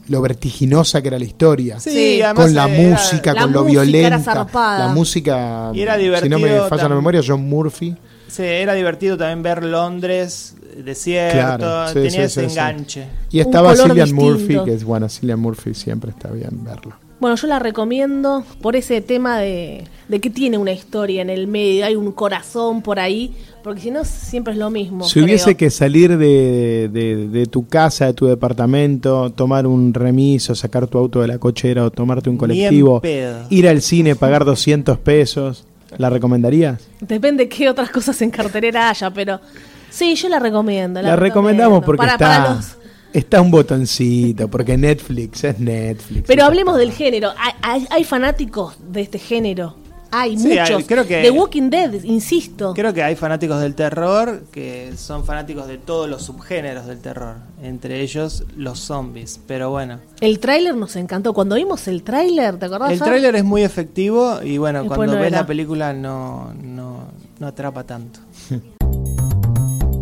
C: lo vertiginosa que era la historia.
D: sí,
B: Sí.
D: además.
C: con la
D: eh, era-
C: música,
B: la
C: con lo
B: música era
C: violenta.
B: zarpada.
C: La música,
D: Y era
C: si no me
D: divertido
C: falla la
D: tam-
C: memoria, John Murphy.
D: sí, era divertido también ver Londres desierto,
C: Claro, sí,
D: tenía
C: sí,
D: ese
C: sí, sí.
D: enganche.
C: Y
B: Un
C: estaba
B: color
C: Cillian
B: distinto.
C: Murphy, que es bueno, Cillian Murphy siempre está bien verlo.
B: Bueno, yo la recomiendo por ese tema de, de que tiene una historia en el medio, hay un corazón por ahí, porque si no siempre es lo mismo.
C: Si hubiese
B: creo.
C: que salir de, de- de tu casa, de tu departamento, tomar un remiso, sacar tu auto de la cochera o tomarte un
D: Ni en
C: colectivo,
D: pedo.
C: ir al cine, pagar 200 pesos, ¿la recomendarías?
B: Depende qué otras cosas en cartelera haya, pero sí, yo la recomiendo.
C: La, recomendamos
B: recomiendo.
C: porque
B: Para-
C: está,
B: para los-
C: está un botoncito, porque Netflix es Netflix.
B: Pero
C: Ya
B: hablemos
C: está.
B: del género, hay, hay- hay fanáticos de este género, hay
D: Sí, hay-
B: muchos.
D: creo que-
B: The Walking Dead, insisto.
D: Creo que hay fanáticos del terror que son fanáticos de todos los subgéneros del terror, entre ellos los zombies. Pero bueno,
B: El tráiler nos encantó. Cuando vimos el tráiler, ¿te acordás?
D: El
B: Fer?
D: tráiler es muy efectivo y bueno,
B: Después
D: cuando
B: no
D: ves
B: era.
D: la película no, no, no atrapa tanto.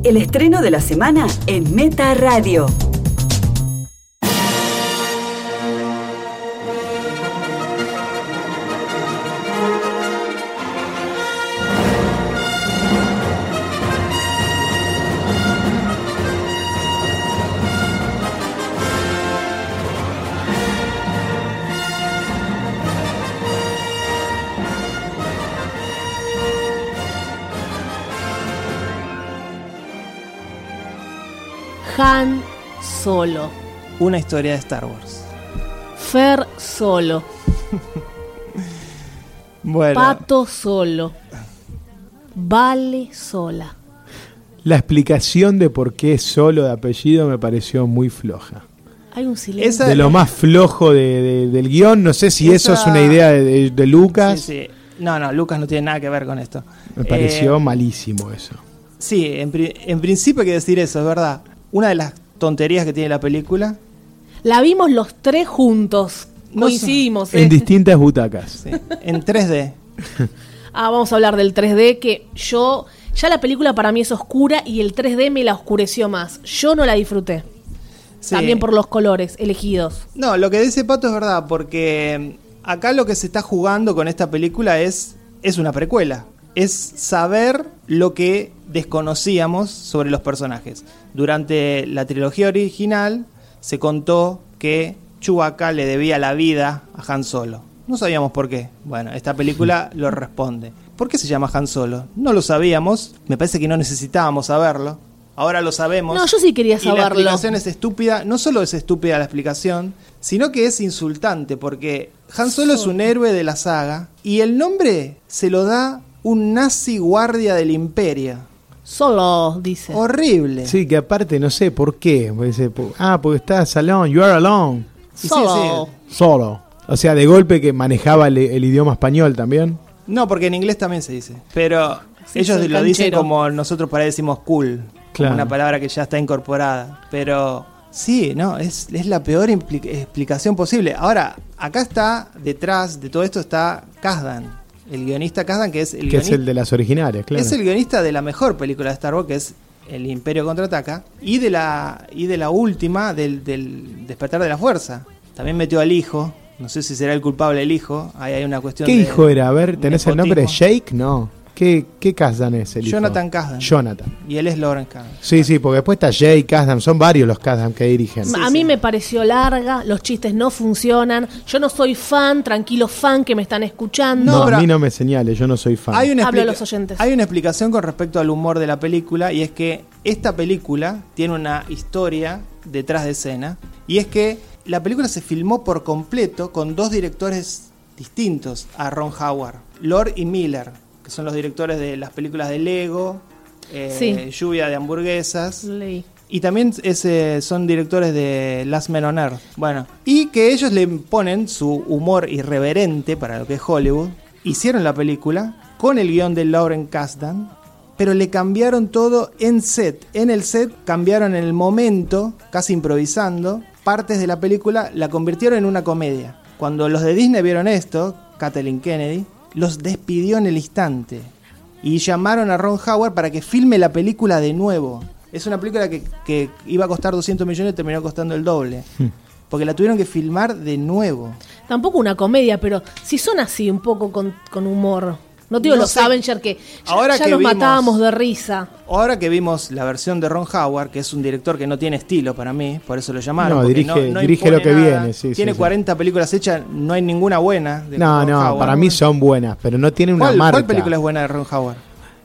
A: El estreno de la semana en Meta Radio.
B: Han Solo.
D: Una historia de Star Wars.
B: Fer Solo.
D: Bueno,
B: Pato solo. Vale sola.
C: La explicación de por qué es solo de apellido me pareció muy floja.
B: Hay un silencio.
D: Esa-
C: De lo más flojo de- de- del guión, no sé si eso
D: Esa-
C: es una idea de, de- de Lucas.
D: sí, sí. no, no, Lucas no tiene nada que ver con esto.
C: Me pareció
D: Eh,
C: malísimo eso.
D: sí, en, pri- en principio hay que decir eso, es verdad. Una de las tonterías que tiene la película
B: La vimos los tres juntos.
D: No
B: Coincidimos.
C: En
B: ¿eh?
C: distintas butacas.
D: Sí, En 3D.
B: Ah, vamos a hablar del 3D que yo ya la película para mí es oscura y el 3D me la oscureció más. Yo no la disfruté.
D: Sí.
B: También por los colores elegidos.
D: No, lo que dice Pato es verdad, porque mm, acá lo que se está jugando con esta película es, es una precuela. Es saber lo que desconocíamos sobre los personajes. Durante la trilogía original se contó que Chewbacca le debía la vida a Han Solo. No sabíamos por qué. Bueno, esta película lo responde. ¿Por qué se llama Han Solo? No lo sabíamos. Me parece que no necesitábamos saberlo. Ahora lo sabemos.
B: No, yo sí quería
D: Y la
B: saberlo.
D: explicación es estúpida. No solo es estúpida la explicación, sino que es insultante porque Han Solo es un héroe de la saga y el nombre se lo da un nazi guardia del imperio.
B: Solo, dice.
D: Horrible.
C: Sí, que aparte no sé por qué. porque dice, po- Ah, porque estás alone, you are alone.
D: Sí, sí,
B: Solo.
D: sí.
C: Solo. O sea, de golpe que manejaba el, el idioma español también.
D: No, porque en inglés también se dice. Pero
B: Sí,
D: ellos
B: soy
D: lo dicen
B: canchero.
D: como nosotros para ahí decimos cool. como
C: Claro.
D: Una palabra que ya está incorporada. Pero sí, no, es, es la peor impli- explicación posible. Ahora, acá está, detrás de todo esto está Kazdan. El guionista Kazdan, que es el
C: que es
D: guionista.
C: el de las originales, claro.
D: Es el guionista de la mejor película de Star Wars, que es El Imperio Contraataca, y de la, y de la última, del, del Despertar de la Fuerza. También metió al hijo, no sé si será el culpable el hijo, ahí hay una cuestión
C: ¿Qué
D: de-
C: hijo era? A ver, ¿tenés el
D: nepotismo.
C: nombre? ¿Jake? No. ¿Qué, qué Kasdan es el hijo?
D: Jonathan Kasdan.
C: Jonathan.
D: Y él es Lauren Kahn.
C: Sí, sí, porque después está Jake Kasdan. Son varios los Kasdan que dirigen.
B: a mí me pareció larga, los chistes no funcionan. Yo no soy fan, tranquilo fan que me están escuchando.
C: No,
D: No, pero-
C: a mí no me señale, yo no soy fan.
D: Hay una,
B: Hablo a
D: explica-
B: los oyentes.
D: hay una explicación con respecto al humor de la película y es que esta película tiene una historia detrás de escena y es que la película se filmó por completo con dos directores distintos a Ron Howard, Lord y Miller, que son los directores de las películas de Lego, eh,
B: Sí.
D: Lluvia de hamburguesas.
B: Leí.
D: Y también es, eh, son directores de Last Men on Earth. Bueno, y que ellos le ponen su humor irreverente para lo que es Hollywood. Hicieron la película con el guión de Lauren Kasdan, pero le cambiaron todo en set. En el set cambiaron en el momento, casi improvisando, partes de la película, la convirtieron en una comedia. Cuando los de Disney vieron esto, Kathleen Kennedy, los despidió en el instante y llamaron a Ron Howard para que filme la película de nuevo. Es una película que, que iba a costar 200 millones y terminó costando el doble.
C: Hmm.
D: Porque la tuvieron que filmar de nuevo.
B: Tampoco una comedia, pero si son así un poco con, con humor. No digo
D: No
B: los
D: sé.
B: Avengers que ya,
D: Ahora
B: ya
D: que
B: nos
D: vimos-
B: matábamos de risa.
D: Ahora que vimos la versión de Ron Howard, que es un director que no tiene estilo para mí, por eso lo llamaron.
C: No,
D: porque
C: dirige- dirige lo
D: impone
C: que viene, sí,
D: tiene
C: sí, sí.
D: 40 películas hechas, no hay ninguna buena. de
C: no,
D: Ron
C: no,
D: Howard.
C: para mí son buenas, pero no tienen una
D: ¿Cuál,
C: marca.
D: ¿Cuál película es buena de Ron Howard?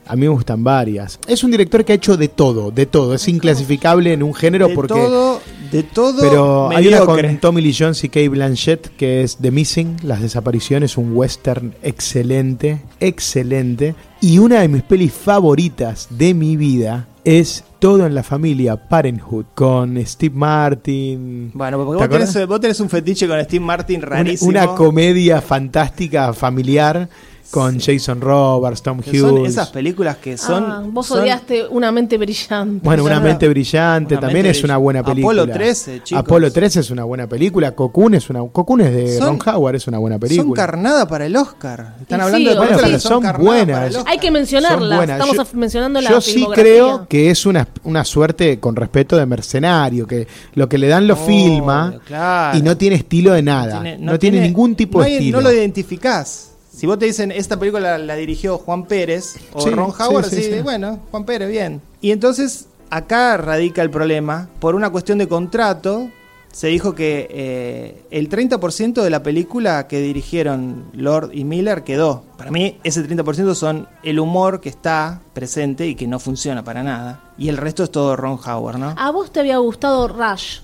C: A mí me gustan varias. Es un director que ha hecho de todo, de todo. Es inclasificable en un género
D: de
C: porque.
D: todo, de todo,
C: pero hay una
D: mediocre.
C: con Tommy Lee Jones y Kate Blanchett que es The Missing, Las Desapariciones, un western excelente, excelente. Y una de mis pelis favoritas de mi vida es Todo en la Familia, Parenthood, con Steve Martin.
D: Bueno, porque
C: ¿Te
D: vos
C: acordás?
D: tenés, vos tenés un fetiche con Steve Martin
C: Una-
D: rarísimo.
C: Una, comedia fantástica, familiar, con Jason Roberts, Tom
D: Que Son
C: Hughes.
D: esas películas que son.
B: Ah, vos
D: son-
B: odiaste una mente brillante.
C: Bueno, una
D: Una-
C: mente brillante
D: una
C: también
D: mente
C: es una
D: brillante.
C: buena
D: Apolo
C: película.
D: 13, chicos.
C: Apolo 13 es una buena película. Cocoon es una Cocoon es de
D: Son-
C: Ron Howard, es una buena película.
D: Son carnada para el Oscar. Están
B: Y
D: hablando
B: sí,
D: de
B: bueno,
D: películas
B: pero
D: que
C: son
D: carnada para
C: buenas.
D: el Oscar.
B: Hay que
C: Son
B: mencionarlas.
C: buenas.
B: Estamos
C: Yo-
B: af- mencionando la
C: Yo sí
B: filmografía.
C: creo que es una, una suerte con respeto de mercenario, que lo que le dan lo
D: Obvio,
C: filma
D: claro.
C: y no tiene estilo de nada. No tiene, ningún tipo
D: no
C: de
D: hay-
C: estilo.
D: No lo identificás. Si vos te dicen, esta película la, la dirigió Juan Pérez o
C: Sí,
D: Ron
C: sí,
D: Howard,
C: sí,
D: decís,
C: sí.
D: bueno, Juan Pérez, bien. Y entonces, acá radica el problema. Por una cuestión de contrato, se dijo que eh, el 30% de la película que dirigieron Lord y Miller quedó. Para mí, ese 30% son el humor que está presente y que no funciona para nada. Y el resto es todo Ron Howard, ¿no?
B: A vos te había gustado Rush.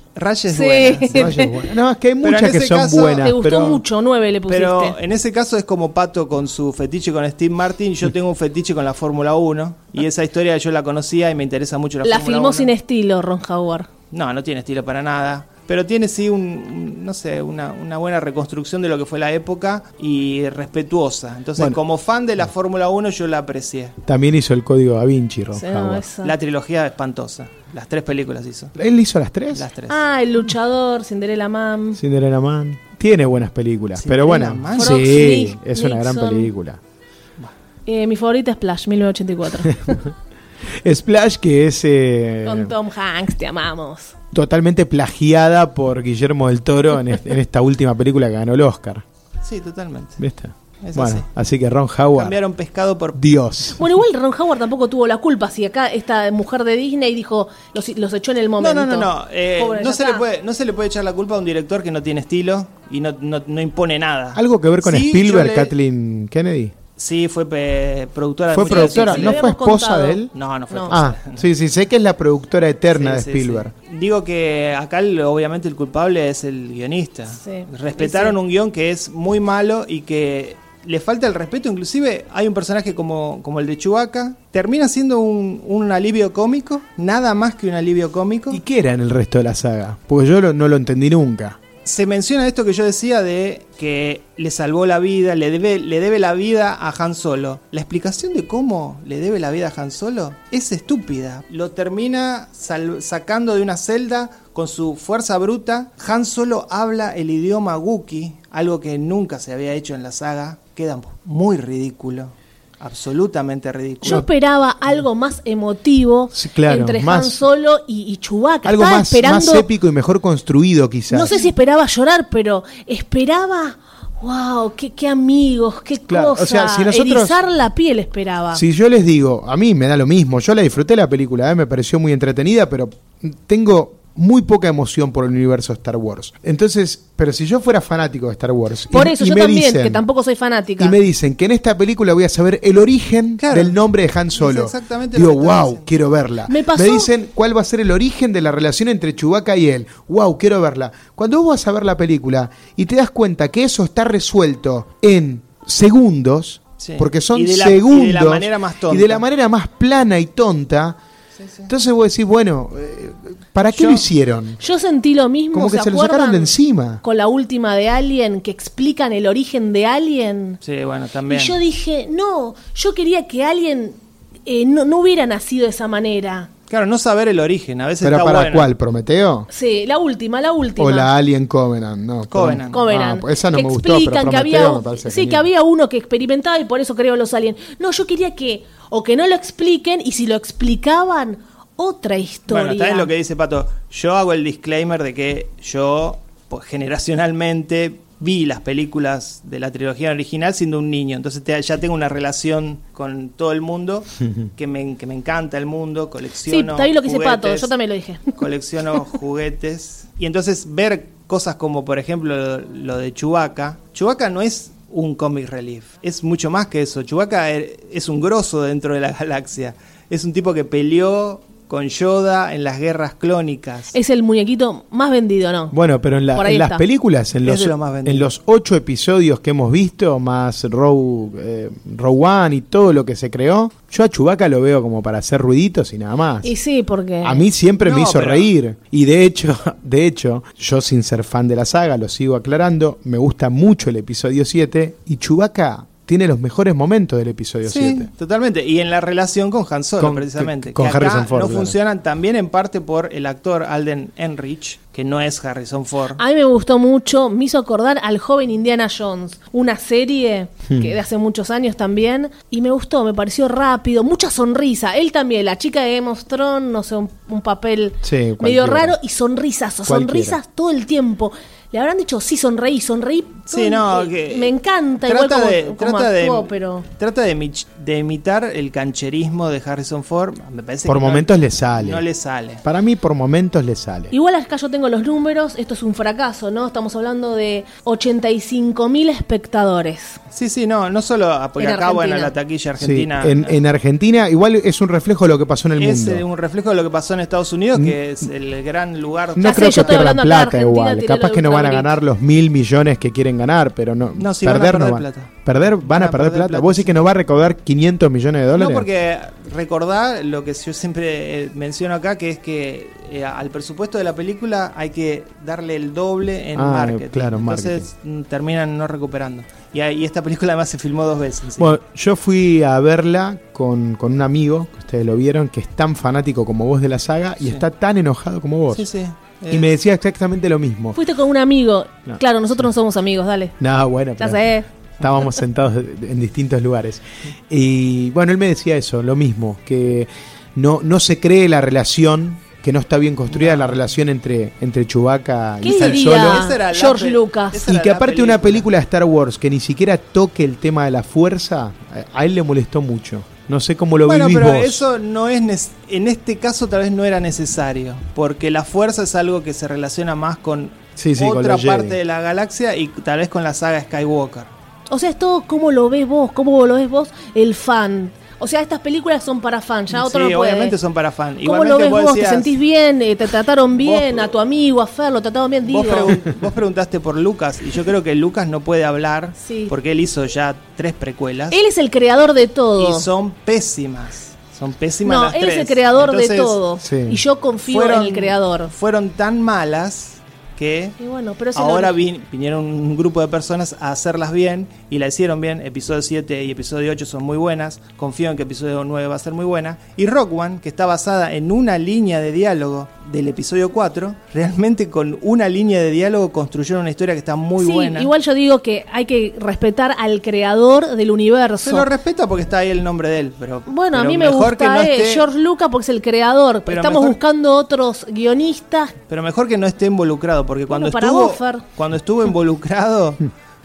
B: Ah,
D: Rayes es
B: Sí.
D: buena, sí.
C: No, es buena. No, es que hay
D: Pero en
C: muchas que
D: ese
C: son
D: caso,
C: buenas.
B: Te gustó
C: pero-
B: mucho, nueve le pusiste.
D: Pero eh, en ese caso es como Pato con su fetiche con Steve Martin. Yo tengo un fetiche con la Fórmula 1 y esa historia yo la conocía y me interesa mucho la,
B: la
D: Fórmula
B: filmó
D: 1.
B: sin estilo Ron Howard.
D: No, no tiene estilo para nada. Pero tiene sí un- un, no sé, una, una buena reconstrucción de lo que fue la época y respetuosa. Entonces,
C: Bueno.
D: como fan de la Fórmula 1, yo la aprecié.
C: También hizo el código Da Vinci, Ron
B: Sí, no,
C: Howard.
B: esa.
D: La trilogía espantosa. Las tres películas hizo.
C: ¿Él hizo las tres?
D: Las tres.
B: Ah, el luchador, Cinderella Mam.
C: Cinderella Man. Tiene buenas películas,
D: Cinderella
C: pero bueno,
D: Man.
B: Frogs,
C: sí,
B: Nick-
C: es una gran
B: Nixon.
C: película.
B: Eh, mi favorita es Splash, 1984.
C: Splash, que es eh,
B: Con Tom Hanks, te amamos.
C: totalmente plagiada por Guillermo del Toro en, es- en esta última película que ganó el Oscar.
D: Sí, totalmente.
C: ¿Viste?
D: Es
C: bueno,
D: así.
C: así. que Ron Howard,
D: Cambiaron pescado por
C: Dios.
B: Bueno, igual Ron Howard tampoco tuvo la culpa si acá esta mujer de Disney dijo, los, los echó en el
D: No,
B: momento.
D: no, no, no. Eh,
B: Pobre,
D: no,
B: ya
D: se le
B: está.
D: puede, no se le puede echar la culpa a un director que no tiene estilo y no, no- no impone nada.
C: Algo que ver con
D: Sí,
C: Spielberg,
D: yo le-
C: Kathleen Kennedy.
D: Sí, fue pe- productora
C: ¿Fue
D: de muchas
C: productora?
B: sí,
D: películas.
C: ¿No
B: lo
C: fue
B: habíamos
C: esposa
B: contado.
C: de él?
D: No, no fue
B: No.
D: esposa.
C: Ah, sí, sí, sé que es la productora eterna
D: Sí,
C: de
D: sí,
C: Ah, Spielberg.
D: sí. Digo que acá el- obviamente el culpable es el guionista.
B: Sí.
D: Respetaron
B: Sí, sí.
D: un guión que es muy malo y que le falta el respeto. Inclusive hay un personaje como, como el de Chewbacca. Termina siendo un, un alivio cómico, nada más que un alivio cómico.
C: ¿Y qué era en el resto de la saga? Porque yo lo- no lo entendí nunca.
D: Se menciona esto que yo decía de que le salvó la vida, le debe, le debe la vida a Han Solo. La explicación de cómo le debe la vida a Han Solo es estúpida. Lo termina sal- sacando de una celda con su fuerza bruta. Han Solo habla el idioma Wookiee, algo que nunca se había hecho en la saga. Queda muy ridículo. Absolutamente ridículo.
B: Yo esperaba algo más emotivo
C: Sí, claro,
B: entre
C: más-
B: Han Solo y, y Chewbacca.
C: Algo
B: Estaba
C: más,
B: esperando,
C: más épico y mejor construido, quizás.
B: No sé si esperaba llorar, pero esperaba. ¡Wow! ¡Qué, qué amigos! ¡Qué
C: Claro, o
B: cosa!
C: sea, si nosotros-
B: Erizar la piel esperaba.
C: Si yo les digo, a mí me da lo mismo, yo la disfruté la película, ¿eh? me pareció muy entretenida, pero tengo muy poca emoción por el universo Star Wars. Entonces, pero si yo fuera fanático de Star Wars, y-
B: Por eso,
C: y
B: yo
C: me
B: también,
C: dicen-
B: que tampoco soy fanática.
C: Y me dicen que en esta película voy a saber el origen
D: Claro.
C: del nombre de Han
D: Es
C: Solo.
D: exactamente lo
C: Digo,
D: que estaba
C: wow,
D: diciendo".
C: quiero verla.
B: Me pasó-
C: dicen cuál va a ser el origen de la relación entre Chewbacca y él. Wow, quiero verla. Cuando vos vas a ver la película y te das cuenta que eso está resuelto en segundos,
D: Sí.
C: porque son
D: Y de la- y de la
C: segundos.
D: manera más tonta.
C: y de la manera más plana y tonta. Entonces vos decís, bueno, eh, ¿para qué
D: Yo-
C: lo hicieron?
B: Yo sentí lo mismo.
C: Como que se lo sacaron
B: acuerdan
C: de encima.
B: Con la última de Alien, que explican el origen de Alien.
D: Sí, bueno, también.
B: Y yo dije, no, yo quería que Alien eh, no, no hubiera nacido de esa manera.
D: Claro, no saber el origen, a veces
C: ¿Pero
D: está
C: para
D: bueno.
C: cuál? ¿Prometeo?
B: Sí, la última, la última.
C: O la Alien Covenant, no.
D: Covenant.
B: Covenant.
C: Ah, esa no
B: que
C: me gustó,
B: explican
C: pero Prometeo
B: que había,
C: me parece
B: sí, que
C: genial.
B: había uno que experimentaba y por eso creo los aliens. No, yo quería que o que no lo expliquen y si lo explicaban otra historia.
D: Bueno, también lo que dice Pato. Yo hago el disclaimer de que yo pues, generacionalmente vi las películas de la trilogía original siendo un niño. Entonces te- ya tengo una relación con todo el mundo, que me, que me encanta el mundo,
B: sí,
D: colecciono.
B: también lo que dice
D: juguetes,
B: Pato, yo también lo dije.
D: Colecciono juguetes. Y entonces ver cosas como, por ejemplo, lo, lo de Chewbacca. Chewbacca no es un comic relief, es mucho más que eso. Chewbacca er- es un grosso dentro de la galaxia. Es un tipo que peleó con Yoda en las guerras clónicas.
B: Es el muñequito más vendido, ¿no?
C: Bueno, pero en, la-
B: Por ahí
C: en las
B: está.
C: películas, en
D: Es
C: los,
D: de lo más vendido.
C: en los ocho episodios que hemos visto, más Row, eh, Rogue One y todo lo que se creó, yo a Chubaca lo veo como para hacer ruiditos y nada más.
B: Y sí, porque
C: A mí siempre me
D: No,
C: hizo
D: pero-
C: reír. Y de hecho, de hecho, yo sin ser fan de la saga, lo sigo aclarando, me gusta mucho el episodio 7 y Chubaca tiene los mejores momentos del episodio
D: Sí,
C: 7.
D: totalmente. Y en la relación con Han Solo,
C: Con-
D: precisamente.
C: con
D: que acá
C: Harrison Ford,
D: No
C: claro.
D: funcionan también en parte por el actor Alden Enrich, que no es Harrison Ford.
B: A mí me gustó mucho, me hizo acordar al joven Indiana Jones, una serie
C: Hmm.
B: que de hace muchos años también, y me gustó, me pareció rápido, mucha sonrisa, él también, la chica de Game of Thrones, no sé, un, un papel
C: Sí,
B: medio
C: cualquiera.
B: raro, y sonrisas, sonrisas
C: Cualquiera.
B: todo el tiempo. Le habrán dicho, sí, sonreí, sonreí. todo
D: Sí,
B: el-
D: no,
B: eh,
D: que-
B: me encanta, igual
D: trata
B: como,
D: de,
B: como
D: trata de-
B: actuó, pero...
D: trata de, mich- de imitar el cancherismo de Harrison Ford. Me parece
C: Por
D: que no-
C: momentos le sale.
D: No le sale.
C: Para mí por momentos le sale.
B: Igual acá yo tengo los números, esto es un fracaso, ¿no? Estamos hablando de 85 mil espectadores.
D: Sí, sí, no, no solo ah, porque
B: En
D: acá, bueno,
B: Argentina.
D: la taquilla
C: Sí,
D: argentina
C: en, en Argentina igual es un reflejo de lo que pasó en el
D: es
C: mundo.
D: eh, un reflejo de lo que pasó en Estados Unidos, que es el gran lugar.
C: No
B: Ya sé,
C: creo
B: yo
C: que
B: estoy
C: pierdan
B: hablando acá de
C: plata
B: Argentina,
C: igual.
B: tiré lo
C: Capaz
B: de
C: que no van a
B: Ultramarine.
C: ganar los mil millones que quieren ganar, pero no,
D: No, sí van a
C: perder no
D: perder
C: van.
D: plata.
C: perder, van, a, perder, plata. ¿Vos decís que no va a recaudar 500 millones de dólares?
D: No, porque recordá lo que yo siempre eh, menciono acá, que es que eh, al presupuesto de la película hay que darle el doble en
C: Ah,
D: marketing.
C: claro,
D: Entonces mm, terminan no recuperando. Y, ahí- y esta película además se filmó dos veces. ¿sí?
C: Bueno, yo fui a verla con, con un amigo, que ustedes lo vieron, que es tan fanático como vos de la saga y
D: Sí.
C: está tan enojado como vos.
D: sí, sí.
C: Y
D: Eh,
C: me decía exactamente lo mismo.
B: Fuiste con un amigo.
C: No.
B: Claro, nosotros no somos amigos, dale.
C: No, bueno,
B: Ya
C: pero-
B: sé.
C: Estábamos sentados en distintos lugares. Y bueno, él me decía eso, lo mismo, que no, no se cree la relación, que no está bien construida la relación entre, entre Chewbacca
B: ¿Qué
C: y Han
B: diría?
C: Solo.
D: Esa era la
B: George
D: pe-
B: Lucas.
D: esa
C: Y
D: era
C: que
D: la
C: aparte una película de Star Wars que ni siquiera toque el tema de la fuerza, a- a él le molestó mucho. No sé cómo lo
D: Bueno,
C: vivís
D: pero
C: vos.
D: eso no es nes- en este caso tal vez no era necesario, porque la fuerza es algo que se relaciona más con
C: Sí, sí, con
D: otra
C: los Jedi.
D: parte de la galaxia y tal vez con la saga Skywalker.
B: O sea, es todo como lo ves vos, como lo ves vos, el fan. O sea, estas películas son para fan, ya Ah, otro
D: sí,
B: no puede.
D: obviamente son para fan.
B: ¿Cómo lo ves vos? ¿Te
D: decías-
B: sentís bien? Eh, ¿Te trataron bien? ¿A tu amigo, a Fer? ¿Lo trataron bien? Digo.
D: Vos, pregun- vos preguntaste por Lucas y yo creo que Lucas no puede hablar
B: Sí.
D: porque él hizo ya tres precuelas
B: Él es el creador de todo.
D: y son pésimas. Son pésimas
B: no,
D: las
B: él es el
D: tres.
B: creador de
D: Entonces,
B: todo.
C: Sí.
B: Y yo confío en el creador.
D: Fueron tan malas que
B: Y bueno, pero es el
D: Ahora
B: ori-
D: vin- vinieron un grupo de personas a hacerlas bien y la hicieron bien. Episodio 7 y episodio 8 son muy buenas. Confío en que episodio 9 va a ser muy buena. Y Rock One, que está basada en una línea de diálogo del episodio 4, realmente con una línea de diálogo construyeron una historia que está muy
B: Sí,
D: buena.
B: Igual yo digo que hay que respetar al creador del universo.
D: Se lo respeta porque está ahí el nombre de él. Pero,
B: Bueno, a
D: pero
B: mí me
D: mejor
B: gusta
D: que no
B: eh,
D: esté-
B: George Lucas porque es el creador.
D: Pero
B: Estamos
D: mejor-
B: buscando otros guionistas.
D: Pero mejor que no esté involucrado, porque cuando
B: Bueno, para
D: estuvo.
B: vos, Fer.
D: Cuando estuvo involucrado.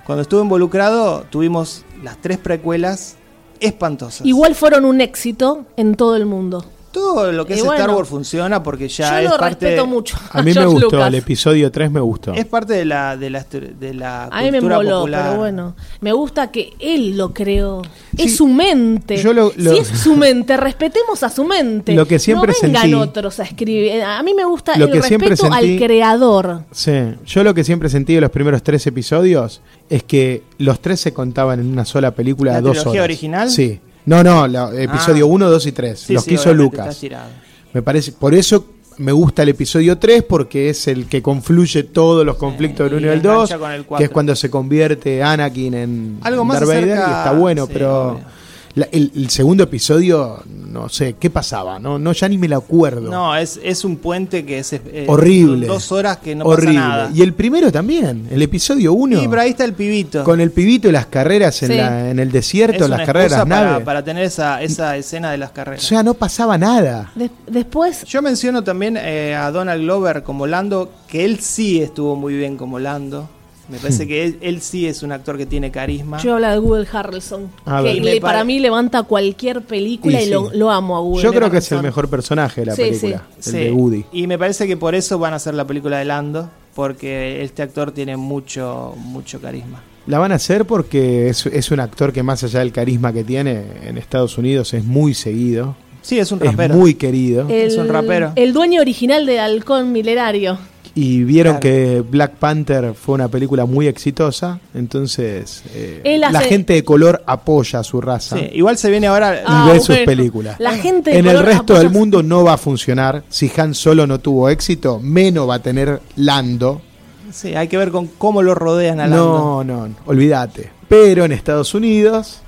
D: cuando estuvo involucrado, tuvimos las tres precuelas espantosas.
B: Igual fueron un éxito en todo el mundo.
D: Todo lo que
B: Y
D: es
B: bueno.
D: Star Wars funciona porque ya
B: yo
D: es
B: lo
D: parte.
B: respeto mucho.
C: A mí me
B: George
C: gustó,
B: Lucas.
C: el episodio 3 me gustó.
D: Es parte de la, de la, est- de la
B: A mí me
D: cultura
B: moló,
D: popular.
B: pero bueno. Me gusta que él lo creó. es
C: Sí,
B: su mente.
C: yo lo- lo-
B: Si es su mente, respetemos a su mente.
C: Lo que siempre
B: no vengan
C: sentí-
B: otros a escribir. Eh, A mí me gusta
C: Lo
B: el
C: que siempre
B: respeto al
C: sentí-
B: creador.
C: Sí, yo lo que siempre sentí de los primeros tres episodios es que los tres se contaban en una sola película
D: ¿La
C: de dos
D: trilogía
C: horas.
D: original?
C: Sí. No, no, la- episodio
D: Ah.
C: 1, 2 y 3,
D: Sí,
C: los
D: sí,
C: que hizo
D: obviamente
C: Lucas.
D: está tirado.
C: Me parece, por eso me gusta el episodio 3 porque es el que confluye todos los conflictos
D: y
C: del 1 y del
D: engancha
C: 2,
D: con el
C: que
D: cuatro.
C: es cuando se convierte Anakin en
D: Algo
C: en
D: más
C: Darth Vader
D: acerca-
C: y está bueno,
D: sí,
C: pero
D: obvio.
C: la- el, el segundo episodio no sé qué pasaba, no no ya ni me lo acuerdo.
D: No, es, es un puente que es. eh,
C: horrible.
D: Dos horas que no
C: horrible.
D: pasa nada.
C: Y el primero también, el episodio 1.
D: Y pero ahí está el pibito.
C: Con el pibito y las carreras en,
B: Sí.
C: la- en el
D: Es
C: desierto,
D: una
C: las carreras
D: excusa para,
C: naves.
D: para tener esa, esa escena de las
C: O
D: carreras.
C: sea, no pasaba nada.
B: Des- después,
D: Yo menciono también eh, a Donald Glover como Lando, que él sí estuvo muy bien como Lando. Me
C: Hmm.
D: parece que él, él sí es un actor que tiene carisma.
B: yo hablo de Google Harrelson.
C: A
B: que
C: ver.
B: le-
D: Me pare-
B: para mí levanta cualquier película y,
C: Y
B: lo,
C: sí.
B: lo amo a Google.
C: Yo creo que es
B: Harrelson.
C: el mejor personaje de la
B: Sí,
C: película,
D: Sí.
C: el de Woody.
D: Y me parece que por eso van a hacer la película de Lando, porque este actor tiene mucho, mucho carisma.
C: La van a hacer porque es, es un actor que más allá del carisma que tiene en Estados Unidos es muy seguido,
D: Sí, es un
C: es
D: rapero.
C: muy querido.
B: El,
D: Es un rapero.
B: El dueño original de Halcón Milenario.
C: y vieron
D: claro.
C: que Black Panther fue una película muy exitosa, entonces eh,
B: Él
C: la
B: hace-
C: gente de color apoya a su raza.
D: Sí, igual se viene ahora.
C: y
B: Ah,
C: ve sus
B: bueno.
C: películas.
B: La gente de
C: en el
B: color
C: resto
B: apoya-
C: del mundo no va a funcionar. Si Han solo no tuvo éxito, menos va a tener Lando.
D: Sí, hay que ver con cómo lo rodean a
C: No,
D: Lando.
C: no, no, olvídate. Pero en Estados Unidos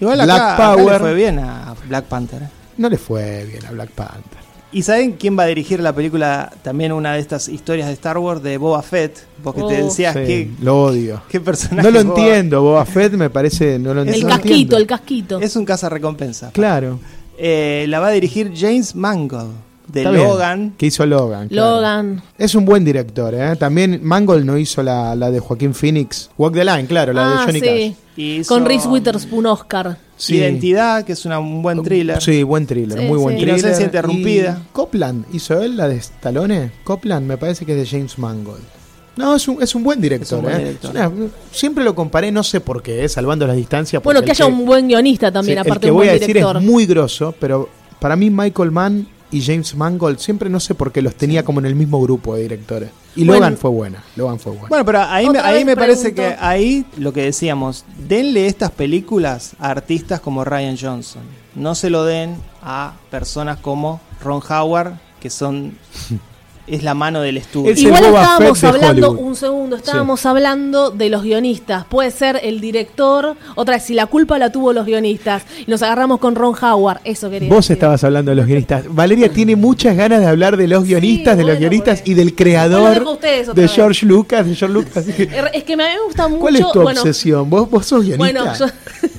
D: Igual acá,
C: Black
D: acá le
C: Power.
D: fue bien a Black Panther. ¿eh?
C: no le fue bien a Black Panther.
D: ¿Y saben quién va a dirigir la película? También una de estas historias de Star Wars de Boba Fett. Vos que te
B: Oh.
D: decías
C: Sí,
D: qué,
C: Lo odio.
D: qué personaje.
C: No lo
D: Boba-
C: entiendo, Boba Fett me parece, no lo
B: El
D: Eso
C: entiendo.
B: casquito,
C: Entiendo.
B: el casquito.
D: Es un cazarrecompensa.
C: Claro.
D: Eh, la va a dirigir James Mangold de
C: está bien,
D: Logan.
C: Que hizo Logan. claro.
B: Logan.
C: Es un buen director, ¿eh? También Mangold no hizo la, la de Joaquín Phoenix. Walk the Line, claro,
B: Ah,
C: la de Johnny Cash.
D: Y hizo
B: Con Reese Witherspoon Oscar.
C: Sí.
D: Identidad, que es una- un buen thriller.
C: Sí, buen thriller,
B: Sí,
C: muy buen
B: sí.
C: thriller.
D: Inocencia interrumpida.
C: Y Copland, ¿hizo él la de Stallone? Copland me parece que es de James Mangold. No, es un, es un buen director.
D: Es un buen
C: ¿eh?
D: director.
C: Es una- siempre lo comparé, no sé por qué, ¿eh? salvando las distancias.
B: Bueno,
C: porque
B: que
C: el
B: haya un buen guionista también,
C: sí, el
B: aparte
C: que
B: de un
C: voy
B: buen
C: a decir
B: director.
C: es muy grosso, pero para mí Michael Mann y James Mangold siempre no sé por qué los tenía como en el mismo grupo de directores. Y
B: Bueno.
C: Logan fue buena, Logan fue buena.
D: Bueno, pero ahí, me,
B: Otra
D: ahí
B: vez
D: me parece que
B: pregunto.
D: ahí lo que decíamos, denle estas películas a artistas como Ryan Johnson. No se lo den a personas como Ron Howard, que son es la mano del estudio.
C: Es el
B: Igual
C: Boba
B: estábamos
C: Fett de
B: hablando,
C: Hollywood.
B: un segundo, estábamos hablando de los guionistas. Puede ser el director, otra vez, si la culpa la tuvo los guionistas. Y nos agarramos con Ron Howard, eso quería
C: Vos
B: decir.
C: estabas hablando de los guionistas. Valeria tiene muchas ganas de hablar de los guionistas, de los
B: bueno,
C: guionistas
B: porque-
C: y del
B: Bueno, lo
C: creador
B: dejo a ustedes otra
C: de
B: vez.
C: George Lucas, de George Lucas.
B: Er- Es que me- a mí me gusta mucho.
C: ¿Cuál es tu
B: bueno,
C: obsesión? ¿Vos, vos sos guionista.
B: bueno, yo,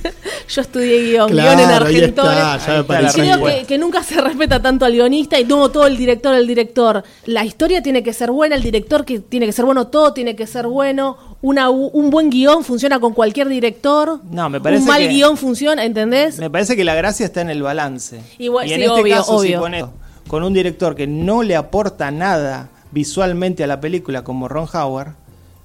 B: yo estudié guión,
C: Claro,
B: guión en
C: ahí está,
B: Argentores.
C: ya me
D: Ahí está la
B: Y
C: pareció.
B: creo que,
D: respuesta.
B: que nunca se respeta tanto al guionista y no todo el director, el director. La historia tiene que ser buena, el director que tiene que ser bueno, todo tiene que ser bueno. Una, u- un buen guión funciona con cualquier director.
D: No, me parece
B: Un mal
D: que-
B: guión funciona, ¿entendés?
D: Me parece que la gracia está en el balance.
B: Y bueno,
D: en este
B: sí, obvio,
D: si
B: obvio.
D: pones con un director que no le aporta nada visualmente a la película como Ron Howard,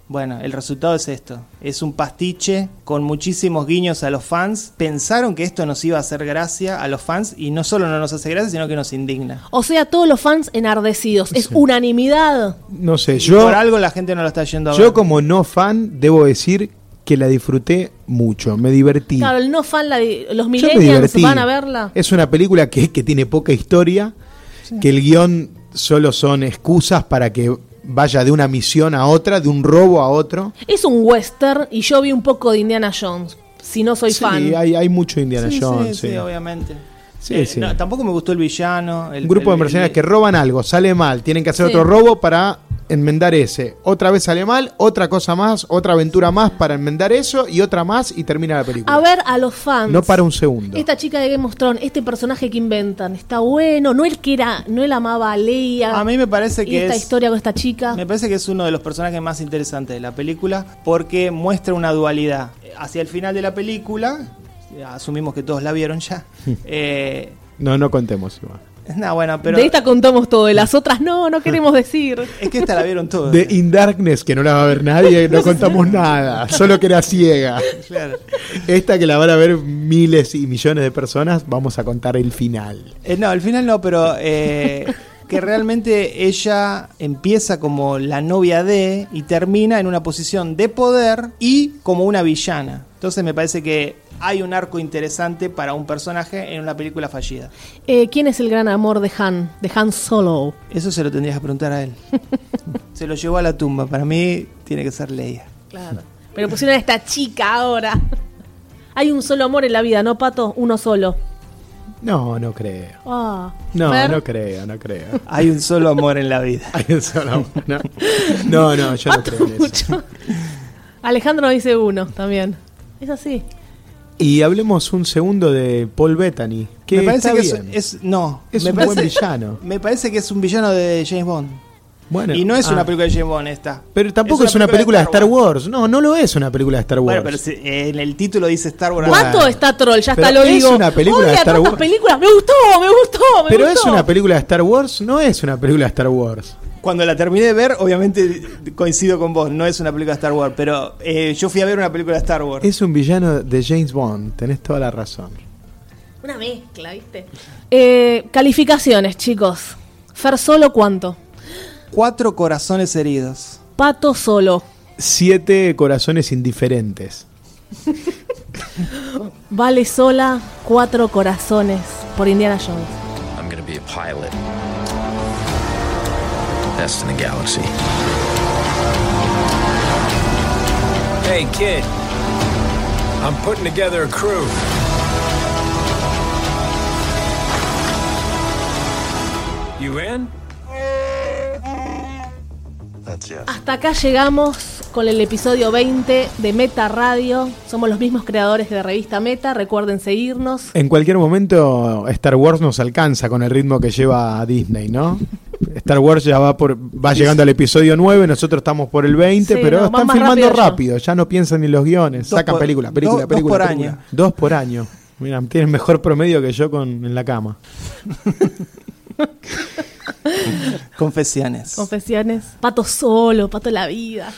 D: bueno, el resultado es esto. Es un pastiche con muchísimos guiños a los fans. Pensaron que esto nos iba a hacer gracia a los fans y no solo no nos hace gracia, sino que nos indigna.
B: O sea, todos los fans enardecidos. Es unanimidad.
C: no sé,
D: Y
C: yo,
D: por algo la gente no lo está yendo a ver.
C: yo como no fan debo decir que la disfruté mucho, me divertí.
B: Claro, el no fan, la di- los
C: Yo me
B: millennials
C: divertí.
B: van a verla.
C: Es una película que, que tiene poca historia, que el guión solo son excusas para que vaya de una misión a otra, de un robo a otro.
B: Es un western y yo vi un poco de Indiana Jones. Si no soy
C: sí,
B: fan.
C: Hay, hay mucho Indiana
D: Sí, sí,
C: Jones.
D: sí,
C: sí.
D: obviamente.
C: Sí,
D: Eh,
C: sí.
D: no, tampoco me gustó el villano. El,
C: Un grupo de
D: el-
C: mercenarios
D: el-
C: que roban algo, sale mal, tienen que hacer
B: Sí.
C: otro robo para enmendar ese. Otra vez sale mal, otra cosa más, otra aventura más para enmendar eso y otra más y termina la película.
B: A ver a los fans.
C: no para un segundo.
B: Esta chica de Game of Thrones, este personaje que inventan, está bueno. No el que era, no él amaba a Leia.
D: A mí me parece
B: y
D: que
B: esta
D: es-
B: historia con esta chica.
D: Me parece que es uno de los personajes más interesantes de la película porque muestra una dualidad. Hacia el final de la película, asumimos que todos la vieron ya. eh,
C: No, no contemos. igual.
D: no, bueno, pero
B: de esta contamos todo, de las otras no, no queremos decir.
D: es que esta la vieron todos.
C: De In Darkness, que no la va a ver nadie, no contamos nada, solo que era ciega.
D: Claro.
C: Esta que la van a ver miles y millones de personas, vamos a contar el final.
D: Eh, no, al final no, pero eh, que realmente ella empieza como la novia de y termina en una posición de poder y como una villana. Entonces me parece que hay un arco interesante para un personaje en una película fallida.
B: Eh, ¿Quién es el gran amor de Han? De Han Solo.
D: Eso se lo tendrías que preguntar a él. se lo llevó a la tumba. Para mí tiene que ser Leia.
B: Claro. Pero pusieron a esta chica ahora. Hay un solo amor en la vida, ¿no, Pato? Uno solo.
C: No, no creo.
B: Ah.
C: No,
B: Fer.
C: no creo, no creo.
D: Hay un solo amor en la vida.
C: Hay un solo- no. no, no, yo no creo en eso.
B: Mucho. Alejandro dice uno también. Es así.
C: Y hablemos un segundo de Paul Bettany. Que
D: me parece
C: está
D: que
C: bien.
D: es, es- no.
C: Es
D: me
C: un
D: parece,
C: buen villano.
D: Me parece que es un villano de James Bond.
C: Bueno,
D: y no es
C: ah,
D: una película de James Bond esta.
C: Pero tampoco es una, película de Star Wars. No, no lo es una película de Star Wars.
D: Bueno, pero si- eh, en el título dice Star Wars.
C: Bueno.
B: Pato está troll, ya
C: Pero
B: está lo
C: es
B: digo.
C: una película de
B: Odia
C: Star
B: tantas
C: Wars.
B: películas. Me gustó, me gustó, me
C: Pero
B: gustó.
C: es una película de Star Wars, no es una película de Star Wars.
D: Cuando la terminé de ver, obviamente coincido con vos. No es una película de Star Wars. Pero eh, yo fui a ver una película de Star Wars.
C: Es un villano de James Bond, tenés toda la razón.
B: Una mezcla, ¿viste? Eh, calificaciones, chicos. Fer solo cuánto?
D: Cuatro corazones heridos.
B: Pato solo.
C: Siete corazones indiferentes.
B: Vale sola, cuatro corazones por Indiana Jones.
E: I'm gonna be a pilot. Best in the galaxy.
F: Hey, kid. I'm putting together a crew. You in?
B: Hasta acá llegamos con el episodio 20 de Meta Radio. Somos los mismos creadores de la revista Meta. Recuerden seguirnos.
C: En cualquier momento Star Wars nos alcanza con el ritmo que lleva Disney, ¿no? Star Wars ya va por va llegando al episodio 9, nosotros estamos por el 20,
B: Sí,
C: pero
B: no, van
C: están
B: más
C: filmando
B: rápido ya.
C: rápido, ya no piensan ni los guiones,
D: Dos
C: sacan
D: por-
C: película, película,
D: dos-
C: película.
D: dos por
C: película.
D: año.
C: Dos por año. Mira, tienen mejor promedio que yo con en la cama.
D: Confesiones.
B: Confesiones. Pato solo, pato la vida.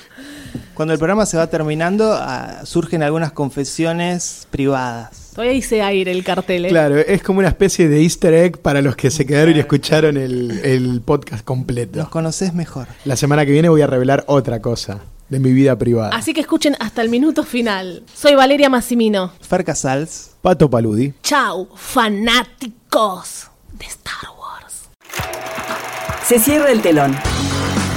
D: Cuando el programa se va terminando, ah, surgen algunas confesiones privadas.
B: Todavía dice aire el cartel, ¿eh?
C: Claro, es como una especie de easter egg para los que se quedaron y escucharon el, el podcast completo.
D: Los conoces mejor.
C: La semana que viene voy a revelar otra cosa. de mi vida privada.
B: Así que escuchen hasta el minuto final. Soy Valeria Massimino.
D: Fer Casals.
C: Pato Paludi.
B: Chau, fanáticos de Star Wars.
A: Se cierra el telón.